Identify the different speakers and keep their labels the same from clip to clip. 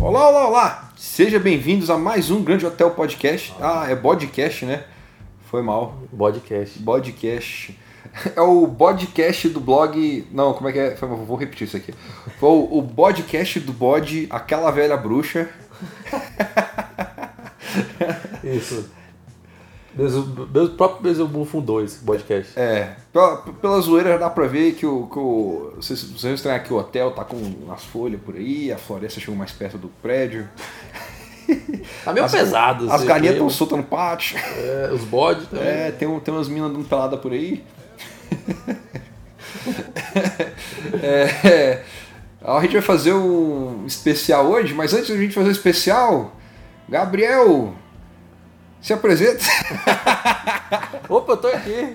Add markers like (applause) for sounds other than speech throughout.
Speaker 1: Olá, olá, olá! Sejam bem-vindos a mais um Grande Hotel Podcast. Ah, é podcast, né? Foi mal.
Speaker 2: Podcast.
Speaker 1: Podcast. (laughs) É o podcast do blog. Não, como é que é? Foi mal, vou repetir isso aqui. Foi o, o podcast do bode Aquela Velha Bruxa.
Speaker 2: (laughs) Isso. Bezu- Be- O próprio Beelzebub fundou esse podcast.
Speaker 1: É, pela, pela zoeira dá pra ver que o. Que o vocês, vocês estranham que o hotel tá com as folhas por aí, a floresta chegou mais perto do prédio.
Speaker 2: Tá meio
Speaker 1: As-
Speaker 2: pesado.
Speaker 1: As
Speaker 2: assim,
Speaker 1: galinhas
Speaker 2: meio-
Speaker 1: estão soltas no pátio.
Speaker 2: é, Os bodes também.
Speaker 1: É, tem, um- tem umas minas dando pelada por aí. (laughs) é, é, a gente vai fazer um especial hoje, mas antes da gente fazer o especial, Gabriel, se apresenta.
Speaker 2: Opa, eu tô aqui.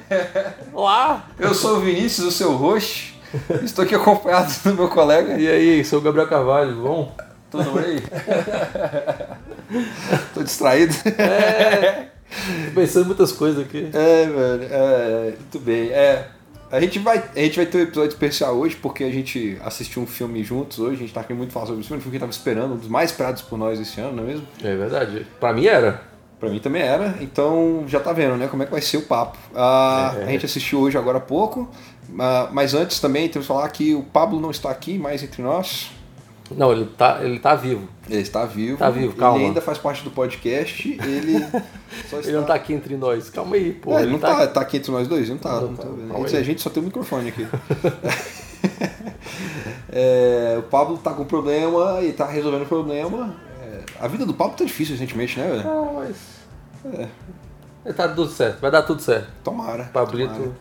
Speaker 2: Olá.
Speaker 1: (laughs) Eu sou o Vinícius, o seu host. Estou aqui acompanhado do meu colega.
Speaker 2: E aí, sou o Gabriel Carvalho, bom?
Speaker 1: Tudo bem? (laughs) Tô distraído.
Speaker 2: Tô pensando em muitas coisas aqui.
Speaker 1: É, velho, é, muito bem. É, a, gente vai, a gente vai ter um episódio especial hoje, porque a gente assistiu um filme juntos hoje, a gente tá aqui muito falar sobre esse filme, um filme que tava esperando, um dos mais esperados por nós esse ano, não é mesmo?
Speaker 2: É verdade. Pra mim era.
Speaker 1: Pra mim também era, então já tá vendo, né, como é que vai ser o papo. Ah,
Speaker 2: É.
Speaker 1: A gente assistiu hoje agora há pouco, ah, mas antes também temos que falar que o Pablo não está aqui mais entre nós.
Speaker 2: Não, ele tá, ele tá vivo.
Speaker 1: Ele está vivo.
Speaker 2: Tá vivo, calma.
Speaker 1: Ele ainda faz parte do podcast, ele
Speaker 2: (laughs)
Speaker 1: só está...
Speaker 2: Ele não tá aqui entre nós. Calma aí, pô.
Speaker 1: É, ele
Speaker 2: ele
Speaker 1: não tá, tá, aqui entre nós dois? Ele Não tá.
Speaker 2: Não
Speaker 1: não
Speaker 2: tá,
Speaker 1: tá vendo.
Speaker 2: calma
Speaker 1: Entre
Speaker 2: aí.
Speaker 1: a gente só tem o microfone
Speaker 2: (laughs)
Speaker 1: aqui. É, o Pablo tá com problema e tá resolvendo o problema. É, a vida do Pablo tá difícil recentemente, né, velho?
Speaker 2: Ah, mas... É. Tá tudo certo. Vai dar tudo certo.
Speaker 1: Tomara.
Speaker 2: Pablito,
Speaker 1: tomara.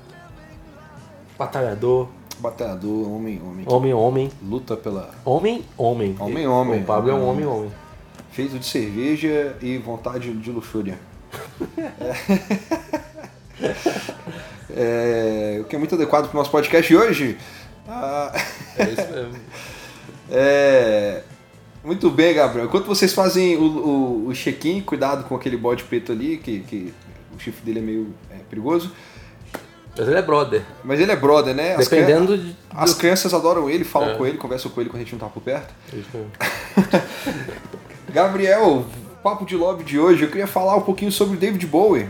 Speaker 2: batalhador,
Speaker 1: Batalhador, homem, homem. que
Speaker 2: homem, homem.
Speaker 1: Luta pela.
Speaker 2: Homem, homem.
Speaker 1: Homem, homem.
Speaker 2: O Pablo é um
Speaker 1: Homem,
Speaker 2: homem, homem.
Speaker 1: Feito de cerveja e vontade de luxúria. É. É, o que é muito adequado pro nosso podcast de hoje. Ah,
Speaker 2: É isso mesmo.
Speaker 1: É. Muito bem, Gabriel. Enquanto vocês fazem o, o- o check-in, cuidado com aquele bode preto ali, que, que o chifre dele é meio é, perigoso.
Speaker 2: Mas ele é brother.
Speaker 1: Mas ele é brother, né? As crian-
Speaker 2: Dependendo de.
Speaker 1: As crianças adoram ele, falam com ele, conversam com ele quando a gente não tá por perto.
Speaker 2: Isso mesmo.
Speaker 1: Gabriel, papo de lobby de hoje, eu queria falar um pouquinho sobre o David Bowie.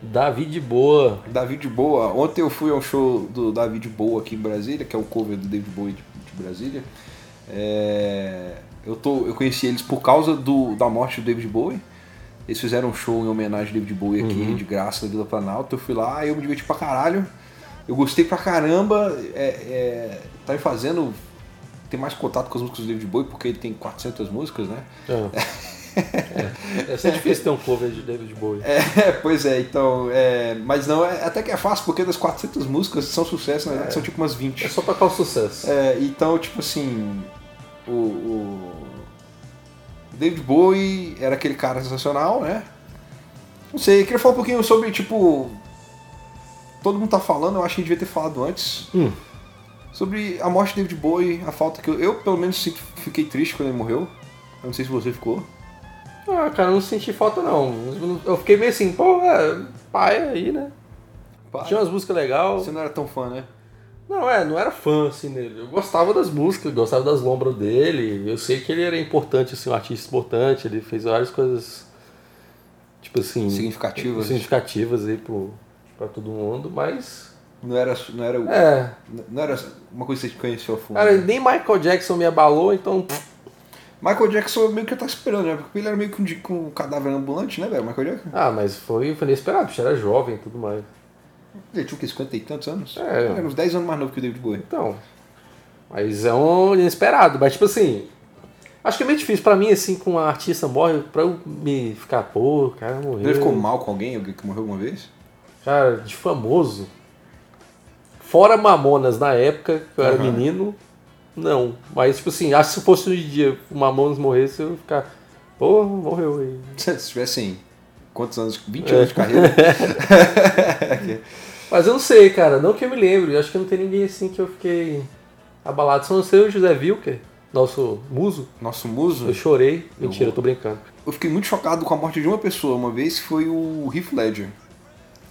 Speaker 2: Davi de boa.
Speaker 1: David Boa. Ontem eu fui a um show do David Boa aqui em Brasília, que é o cover do David Bowie de, de Brasília. É, eu, tô, eu conheci eles por causa do, da morte do David Bowie. Eles fizeram um show em homenagem ao David Bowie aqui, de graça, na Vila Planalto. Eu fui lá e eu me diverti pra caralho. Eu gostei pra caramba. É, é, tá me fazendo ter mais contato com as músicas do David Bowie, porque ele tem 400 músicas, né? (laughs)
Speaker 2: Ah. É. É. É sempre difícil ter um cover de David Bowie.
Speaker 1: É, pois é, então. é, mas não, é, até que é fácil, porque das 400 músicas são sucesso, na verdade são tipo umas 20.
Speaker 2: É só tocar o sucesso.
Speaker 1: É, então, tipo assim, o, o David Bowie era aquele cara sensacional, né? Não sei, eu queria falar um pouquinho sobre, tipo, todo mundo tá falando, eu acho que a gente devia ter falado antes,
Speaker 2: Hum.
Speaker 1: sobre a morte de David Bowie, a falta que eu, eu pelo menos sinto- fiquei triste quando ele morreu. Eu não sei se você ficou.
Speaker 2: Ah, cara, eu não senti falta não. Eu fiquei meio assim, pô, é, pai aí, né? Tinha umas músicas legais.
Speaker 1: Você não era tão fã, né?
Speaker 2: Não, é, não era fã assim dele. Eu gostava das músicas, gostava das lombras dele. Eu sei que ele era importante, assim, um artista importante. Ele fez várias coisas, tipo assim,
Speaker 1: Significativas.
Speaker 2: significativas aí pro, pra todo mundo, mas.
Speaker 1: Não era, su- não era, o-
Speaker 2: É.
Speaker 1: não era uma coisa que você conheceu a fundo.
Speaker 2: Cara, nem Michael Jackson me abalou, então.
Speaker 1: Michael Jackson meio que eu tava esperando, né? Porque ele era meio que um, di- com um cadáver ambulante, né, velho? Michael Jackson.
Speaker 2: Ah, mas foi, foi inesperado, bicho, era jovem e tudo mais.
Speaker 1: Ele tinha o quê? 50 e tantos anos?
Speaker 2: É.
Speaker 1: Ele era uns 10 anos mais novo que o David Bowie.
Speaker 2: Então. Mas é um inesperado, mas tipo assim. Acho que é meio difícil pra mim, assim, com a artista morre, pra eu me ficar, pô, o cara morreu.
Speaker 1: Ele ficou mal com alguém, alguém que morreu alguma vez? (laughs)
Speaker 2: Cara, de famoso. Fora Mamonas na época, que eu era
Speaker 1: Aham.
Speaker 2: menino, não. Mas, tipo assim, acho que se fosse hoje em dia o Mamonas morresse, eu ia ficar. Pô, morreu aí.
Speaker 1: Se tivessem quantos anos? 20 anos de carreira? (laughs)
Speaker 2: Mas eu não sei, cara, não que eu me lembre. Eu acho que não tem ninguém assim que eu fiquei abalado. Só não sei o José Wilker, nosso muso.
Speaker 1: Nosso
Speaker 2: Eu
Speaker 1: muso.
Speaker 2: chorei. Mentira, eu tô brincando.
Speaker 1: Eu fiquei muito chocado com a morte de uma pessoa uma vez, que foi o Heath Ledger.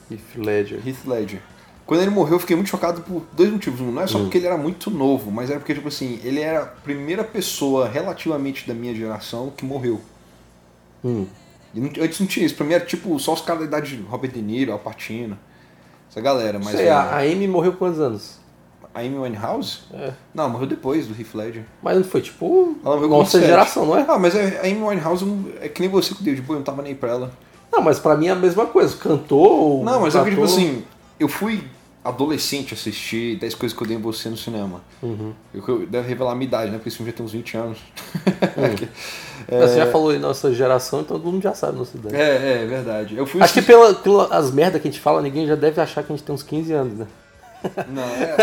Speaker 2: E Ledger.
Speaker 1: Heath Ledger. Quando Quando ele morreu, eu fiquei muito chocado por dois motivos. Um, não é só porque ele era muito novo, mas era porque, tipo assim, ele era a primeira pessoa relativamente da minha geração que morreu.
Speaker 2: Hum.
Speaker 1: E não- Antes não tinha isso. Pra mim era tipo só os caras da idade de Robert De Niro, Al Pacino, essa galera. Mas
Speaker 2: Sei,
Speaker 1: a,
Speaker 2: a, a Amy morreu com quantos anos?
Speaker 1: a Amy Winehouse?
Speaker 2: É.
Speaker 1: Não, morreu depois do Heath Ledger.
Speaker 2: Mas não foi tipo.
Speaker 1: Ela morreu com
Speaker 2: nossa
Speaker 1: 27.
Speaker 2: geração, não é?
Speaker 1: Ah, mas a a Amy Winehouse eu não- é que nem você com o David Bowie, eu não tava nem pra ela.
Speaker 2: Não, mas pra mim é a mesma coisa. Cantor ou.
Speaker 1: Não, mas é que, tipo
Speaker 2: ator-
Speaker 1: assim, eu fui adolescente assistir 10 coisas que eu dei em você no cinema.
Speaker 2: Uhum.
Speaker 1: Eu, eu deve revelar a minha idade, né? Porque esse filme já tem uns 20 anos.
Speaker 2: Hum. Você já falou aí nossa geração, então todo mundo já sabe a nossa idade.
Speaker 1: (laughs) É, é verdade. Eu fui
Speaker 2: Acho que
Speaker 1: assistir-
Speaker 2: pela, pela- as merdas que a gente fala, ninguém já deve achar que a gente tem uns 15 anos, né?
Speaker 1: Não, é.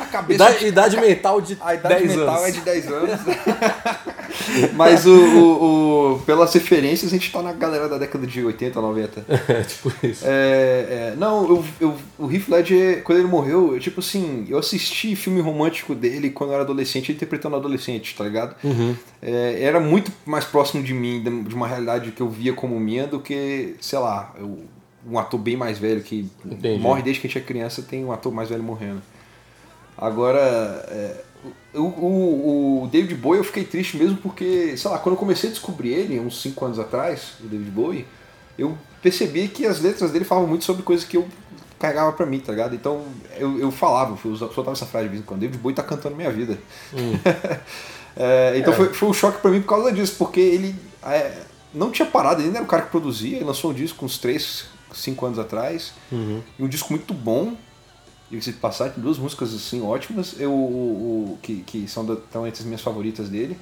Speaker 1: A cabeça.
Speaker 3: Idade, idade mental de
Speaker 1: A idade
Speaker 3: 10
Speaker 1: mental
Speaker 3: anos.
Speaker 1: é de 10 anos. Mas o, o- o- pelas referências, a gente tá na galera da década de 80, 90.
Speaker 2: (laughs) É, tipo isso.
Speaker 1: É, é, não, eu, eu- o Heath Ledger, quando ele morreu, eu, tipo assim, eu assisti filme romântico dele quando eu era adolescente, ele interpretando adolescente, tá ligado? É, era muito mais próximo de mim, de de uma realidade que eu via como minha, do que, sei lá, eu- um ator bem mais velho que
Speaker 2: Entendi.
Speaker 1: morre desde que a gente é criança, tem um ator mais velho morrendo. Agora, é, o, o- o David Bowie eu fiquei triste mesmo porque, sei lá, quando eu comecei a descobrir ele, uns 5 anos atrás, o David Bowie, eu percebi que as letras dele falavam muito sobre coisas que eu carregava pra mim, tá ligado? Então eu, eu falava, eu soltava essa frase de vez em quando, David Bowie tá cantando minha vida. (laughs) É, então Foi, foi um choque pra mim por causa disso, porque ele é, não tinha parado, ele não era o cara que produzia, ele lançou um disco uns 3, 5 anos atrás, e um disco muito bom, e se passar, tem duas músicas assim ótimas, eu, o- o- que, que são da, estão entre as minhas favoritas dele.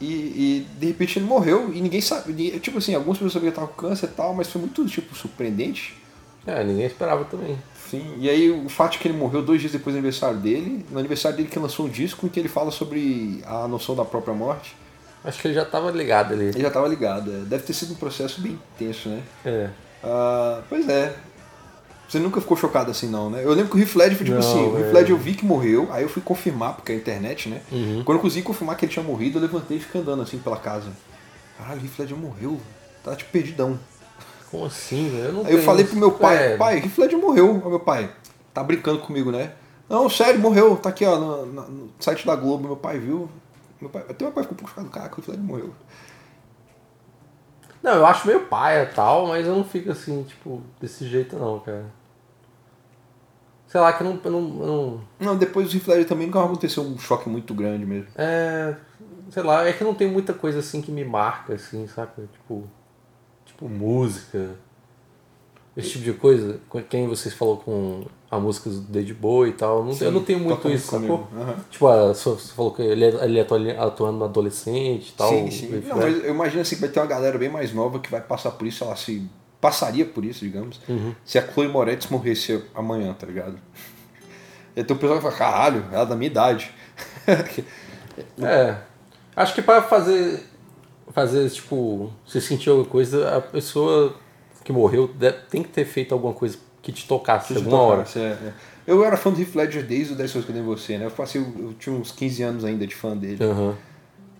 Speaker 1: E, e, de repente ele morreu e ninguém sabe. ninguém- tipo assim, algumas pessoas sabiam que ele tava com câncer e tal, mas foi muito tipo surpreendente.
Speaker 2: É, ninguém esperava também.
Speaker 1: Sim, e aí o fato de que ele morreu dois dias depois do aniversário dele, no aniversário dele que lançou um disco em que ele fala sobre a noção da própria morte.
Speaker 2: Acho que ele já tava ligado ali.
Speaker 1: Ele já tava ligado, é. deve ter sido um processo bem intenso, né?
Speaker 2: É.
Speaker 1: Ah, pois é. Você nunca ficou chocado assim, não, né? Eu lembro que o Heath Ledger foi tipo
Speaker 2: Não, é.
Speaker 1: assim: o Heath
Speaker 2: velho.
Speaker 1: Ledger eu vi que morreu, aí eu fui confirmar, porque a internet, né?
Speaker 2: Uhum.
Speaker 1: Quando eu consegui confirmar que ele tinha morrido, eu levantei e fiquei andando assim pela casa. Caralho, o Heath Ledger morreu. Tá tipo perdidão.
Speaker 2: Como assim, velho? Eu não
Speaker 1: Aí eu
Speaker 2: tenho-
Speaker 1: falei pro meu pai:
Speaker 2: É,
Speaker 1: pai, Heath Ledger morreu. Aí meu pai: tá brincando comigo, né? Não, sério, morreu. Tá aqui, ó, no, no- no site da Globo. Meu pai viu. Meu pai, até meu pai ficou um pouco chocado: caraca, o Heath Ledger morreu.
Speaker 2: Não, eu acho meio paia e tal, mas eu não fico assim, tipo, desse jeito não, cara. Sei lá, que eu não. Eu não, eu não-
Speaker 1: Não, depois do Heath Ledger também nunca aconteceu um choque muito grande mesmo.
Speaker 2: é. Sei lá, é que não tem muita coisa assim que me marca, assim, saca? Tipo. Tipo, música. Esse tipo de coisa. Com Quem vocês falou com a música do Dead Boy e tal. não- eu não tenho muito
Speaker 1: Toca
Speaker 2: isso,
Speaker 1: comigo.
Speaker 2: sacou?
Speaker 1: Aham.
Speaker 2: Tipo, a- você você falou que ele, é, ele atua- atuando no adolescente e tal.
Speaker 1: Sim,
Speaker 2: né?
Speaker 1: sim.
Speaker 2: Ele-
Speaker 1: Não, mas eu imagino assim que vai ter uma galera bem mais nova que vai passar por isso, ela se passaria por isso, digamos,
Speaker 2: Uhum.
Speaker 1: se a Chloe Moretz morresse amanhã, tá ligado? Então o pessoal vai falar, caralho, ela é da minha
Speaker 2: (laughs)
Speaker 1: idade.
Speaker 2: É. Acho que pra fazer. Fazer, tipo, você sentir alguma coisa, a pessoa que morreu deve- tem que ter feito alguma coisa que te tocasse alguma hora.
Speaker 1: É, é. Eu era fã do Heath Ledger desde o 10 Coisas Que Eu Dei em Você, né? Eu, passei, eu tinha uns 15 anos ainda de fã dele.
Speaker 2: Aham.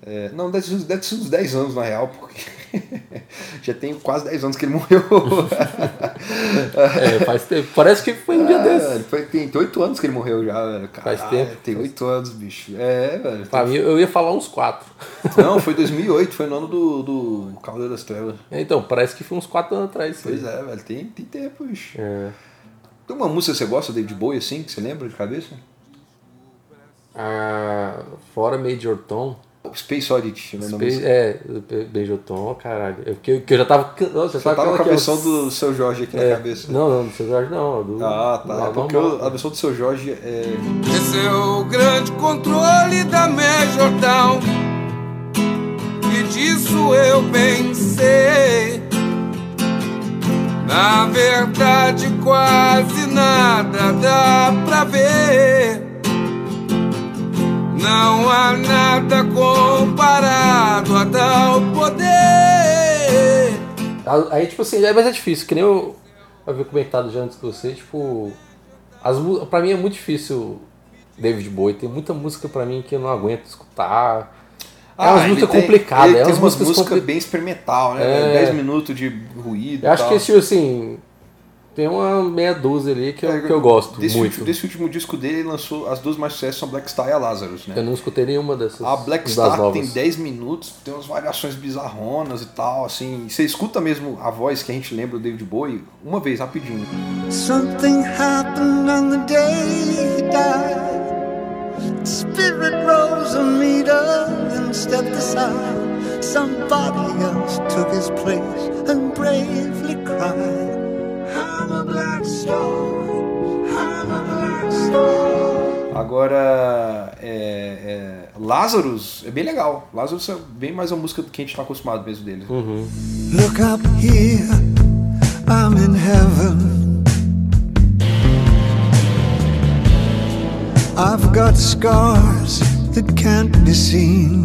Speaker 1: É, não, deve ser, uns- deve ser uns 10 anos na real, porque (laughs) já tem quase 10 anos que ele
Speaker 2: (laughs)
Speaker 1: morreu.
Speaker 2: É, faz tempo. Parece que foi um dia
Speaker 1: Ah,
Speaker 2: desses.
Speaker 1: ele foi- tem 8 anos que ele morreu já, velho. Caralho,
Speaker 2: tempo. Ah,
Speaker 1: Tem 8 anos, bicho. É, velho.
Speaker 2: Pra mim, eu ia falar uns quatro.
Speaker 1: Não, foi 2008, foi no ano do, do Caldeira das Trevas.
Speaker 2: Então, parece que foi uns quatro anos atrás. isso aí.
Speaker 1: Pois é, velho, tem, tem tempo, bicho.
Speaker 2: É.
Speaker 1: Tem uma música que você gosta, David Bowie, assim, que você lembra de cabeça?
Speaker 2: Ah, fora Major Tom.
Speaker 1: Space Oddity, né?
Speaker 2: Be- É, Major Tom, caralho. É Eu, que, que eu já tava. Nossa, é eu
Speaker 1: Você tava com a
Speaker 2: aqui, ó.
Speaker 1: Tá versão do Seu Jorge aqui na cabeça.
Speaker 2: Não, não, é, do seu Jorge não. Do,
Speaker 1: Ah,
Speaker 2: do
Speaker 1: tá. É porque
Speaker 2: normal.
Speaker 1: o- a versão do Seu Jorge é...
Speaker 4: Esse é o grande controle da Major Down. E disso eu bem sei. Na verdade, quase nada dá pra ver. Não há nada comparado a tal poder.
Speaker 2: A- Aí, tipo assim, é, mas é difícil, que nem eu havia comentado já antes com você, tipo. As, mu- pra mim é muito difícil David Bowie, tem muita música pra mim que eu não aguento escutar. é umas
Speaker 1: Ah, ele
Speaker 2: músicas
Speaker 1: tem-
Speaker 2: complicadas,
Speaker 1: ele tem
Speaker 2: é umas
Speaker 1: umas
Speaker 2: músicas
Speaker 1: músicas
Speaker 2: complicadas.
Speaker 1: bem experimental, né?
Speaker 2: É.
Speaker 1: velho? 10 minutos de ruído
Speaker 2: Eu
Speaker 1: e
Speaker 2: acho
Speaker 1: tal.
Speaker 2: que, tipo assim. Tem uma meia dúzia ali que eu,
Speaker 1: É,
Speaker 2: que eu gosto
Speaker 1: desse,
Speaker 2: muito.
Speaker 1: ulti- Desse último disco dele, ele lançou as duas mais sucessos são Black Star e a Lazarus, né?
Speaker 2: Eu não escutei nenhuma dessas.
Speaker 1: A Black
Speaker 2: um das
Speaker 1: Star
Speaker 2: novas.
Speaker 1: tem 10 minutos, tem umas variações bizarronas e tal, assim. Você escuta mesmo a voz que a gente lembra do David Bowie uma vez, rapidinho.
Speaker 3: Something happened on the day he died. Spirit rose a meter and stepped aside. Somebody else took his place and bravely cried. I'm a black star. I'm a black star.
Speaker 1: Agora, é, é, Lazarus é bem legal. Lazarus é bem mais uma música do que a gente tá acostumado mesmo dele.
Speaker 2: Uhum.
Speaker 3: Look up here, I'm in heaven. I've got scars that can't be seen.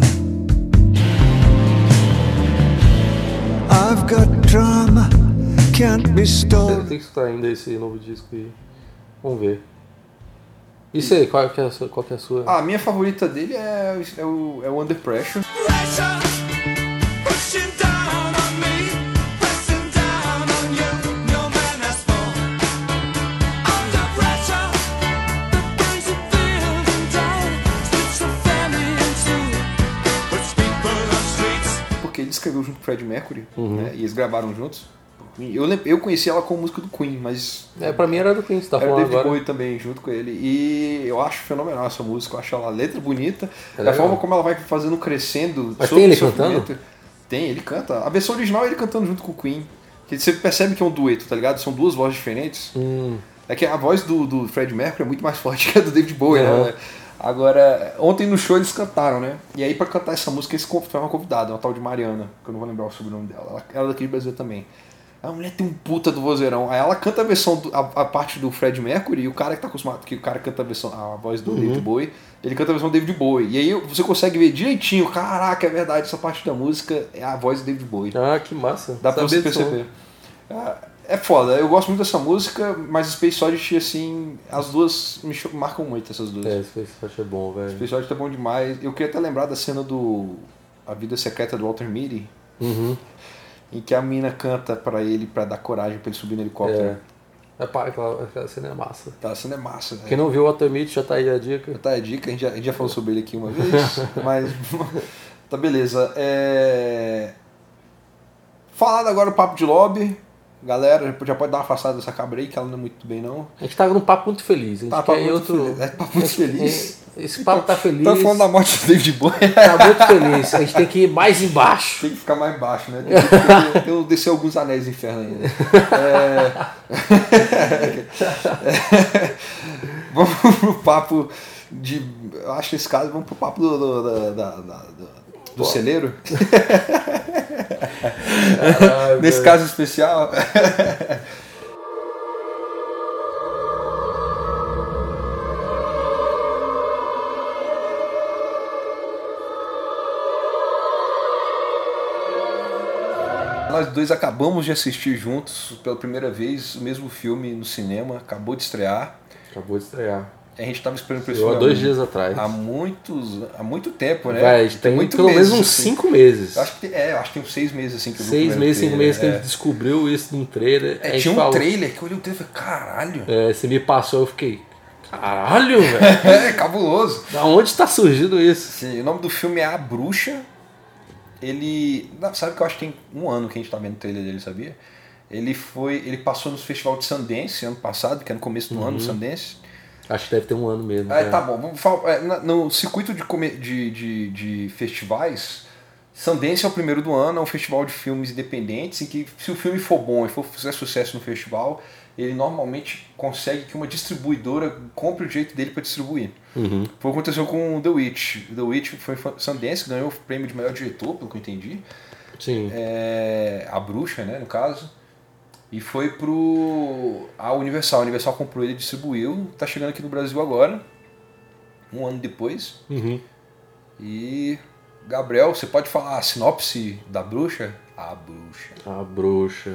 Speaker 3: I've got drama, can't be
Speaker 2: Eu
Speaker 3: stolen.
Speaker 2: tenho que escutar ainda esse novo disco aí. Vamos ver. Isso aí, qual que é a sua? Qual que é a sua?
Speaker 1: Ah, A minha favorita dele é, é, o, é o Under Pressure. Porque ele escreveu junto com o Fred Mercury,
Speaker 2: Uhum.
Speaker 1: né? E eles gravaram juntos. Eu, lem- eu conheci ela como música do Queen, mas
Speaker 2: é, pra mim era do Queen, você tá
Speaker 1: Era o
Speaker 2: falando
Speaker 1: David
Speaker 2: agora.
Speaker 1: Bowie também, junto com ele. E eu acho fenomenal essa música, eu acho ela a letra bonita.
Speaker 2: É
Speaker 1: a
Speaker 2: legal.
Speaker 1: forma como ela vai fazendo crescendo.
Speaker 2: Mas
Speaker 1: sobre
Speaker 2: tem ele
Speaker 1: o sofrimento.
Speaker 2: cantando?
Speaker 1: Tem, ele canta. A versão original é ele cantando junto com o Queen. Que você percebe que é um dueto, tá ligado? São duas vozes diferentes.
Speaker 2: Hum,
Speaker 1: É que a voz do, do Fred Mercury é muito mais forte (laughs) que a do David Bowie,
Speaker 2: Uhum.
Speaker 1: né? Agora, ontem no show eles cantaram, né? E aí pra cantar essa música eles convidaram uma convidada, uma tal de Mariana, que eu não vou lembrar o sobrenome dela. Ela, ela é daqui do Brasil também. A mulher tem um puta do vozeirão. Aí ela canta a versão, do- a, a parte do Fred Mercury e o cara que tá acostumado, que o cara canta a versão, a voz do David Bowie, ele canta a versão do David Bowie. E aí você consegue ver direitinho, caraca, é verdade, essa parte da música é a voz do David Bowie.
Speaker 2: ah, que massa.
Speaker 1: Dá pra
Speaker 2: Sabia
Speaker 1: você
Speaker 2: disso não.
Speaker 1: perceber. Ah, É foda, eu gosto muito dessa música, mas Space Oddity, assim, as duas me cho- marcam muito, essas duas.
Speaker 2: É, isso isso eu achei bom, velho.
Speaker 1: Space Oddity é bom demais. Eu queria até lembrar da cena do A Vida Secreta do Walter Mitty,
Speaker 2: Uhum.
Speaker 1: em que a mina canta pra ele, pra dar coragem pra ele subir no helicóptero.
Speaker 2: É. É pá, aquela, aquela cena é massa.
Speaker 1: Tá, a cena é massa. né?
Speaker 2: Quem não viu o Atomite já tá aí a dica.
Speaker 1: Tá, é dica, a gente, já, a gente já falou sobre ele (laughs) aqui uma vez, mas. tá, beleza. É... Falado agora o papo de lobby. Galera, já pode dar uma afastada dessa cabra aí, que ela não é muito bem, não.
Speaker 2: A gente tá num papo muito feliz. A gente
Speaker 1: Tá,
Speaker 2: quer
Speaker 1: papo
Speaker 2: ir
Speaker 1: muito
Speaker 2: outro.
Speaker 1: feliz. É, papo muito
Speaker 2: Esse-
Speaker 1: feliz.
Speaker 2: é, Esse papo tá feliz.
Speaker 1: Tá falando da morte do David Bowie,
Speaker 2: Tá muito feliz. A gente tem que ir mais
Speaker 1: (laughs)
Speaker 2: embaixo.
Speaker 1: tem que ficar mais baixo, né? Tem que, tem que- tem que descer alguns anéis do inferno né? ainda. É... É. (laughs) Vamos pro papo de. eu Acho que nesse caso, vamos pro papo do. do, da- da- da- do- do celeiro?
Speaker 2: Caralho,
Speaker 1: Nesse
Speaker 2: velho.
Speaker 1: caso especial. (laughs) Nós dois acabamos de assistir juntos pela primeira vez o mesmo filme no cinema, acabou de estrear.
Speaker 2: Acabou de estrear.
Speaker 1: A gente estava esperando por esse
Speaker 2: Eu há
Speaker 1: filme
Speaker 2: dois
Speaker 1: há-
Speaker 2: dias atrás.
Speaker 1: há muitos, há muito tempo, né?
Speaker 2: Vai, a gente tem
Speaker 1: Ah, muito
Speaker 2: pelo menos
Speaker 1: meses,
Speaker 2: uns
Speaker 1: assim.
Speaker 2: cinco meses.
Speaker 1: Eu acho que é, eu acho que tem uns seis meses assim que eu vi o
Speaker 2: Seis
Speaker 1: primeiro
Speaker 2: meses, cinco
Speaker 1: trailer,
Speaker 2: meses que a
Speaker 1: é.
Speaker 2: gente descobriu isso num trailer. a
Speaker 1: É,
Speaker 2: gente
Speaker 1: tinha um
Speaker 2: falou,
Speaker 1: trailer que eu olhei o trailer e falei, caralho, (laughs)
Speaker 2: é, você me passou, eu fiquei. Caralho, velho.
Speaker 1: é, cabuloso.
Speaker 2: Da onde tá surgindo isso?
Speaker 1: Sim, o nome do filme é A Bruxa. Ele. não, Sabe que eu acho que tem um ano que a gente tá vendo o trailer dele, sabia? Ele foi. Ele passou no festival de Sundance ano passado, que é no começo do
Speaker 2: Uhum.
Speaker 1: ano, Sundance.
Speaker 2: Acho que deve ter um ano mesmo.
Speaker 1: Ah,
Speaker 2: cara.
Speaker 1: tá bom. Vamos falar, é, na- no circuito de, come- de, de, de festivais, Sundance é o primeiro do ano, é um festival de filmes independentes em que se o filme for bom e for fizer sucesso no festival, ele normalmente consegue que uma distribuidora compre o jeito dele para distribuir.
Speaker 2: Uhum.
Speaker 1: Foi o que aconteceu com The Witch. The Witch foi fa- Sundance, ganhou o prêmio de melhor diretor, pelo que eu entendi.
Speaker 2: Sim.
Speaker 1: É, a bruxa, né, no caso. E foi pro. A Universal. A Universal comprou ele e distribuiu. Tá chegando aqui no Brasil agora. Um ano depois.
Speaker 2: Uhum.
Speaker 1: E. Gabriel, você pode falar a sinopse da bruxa? A bruxa.
Speaker 2: A Bruxa.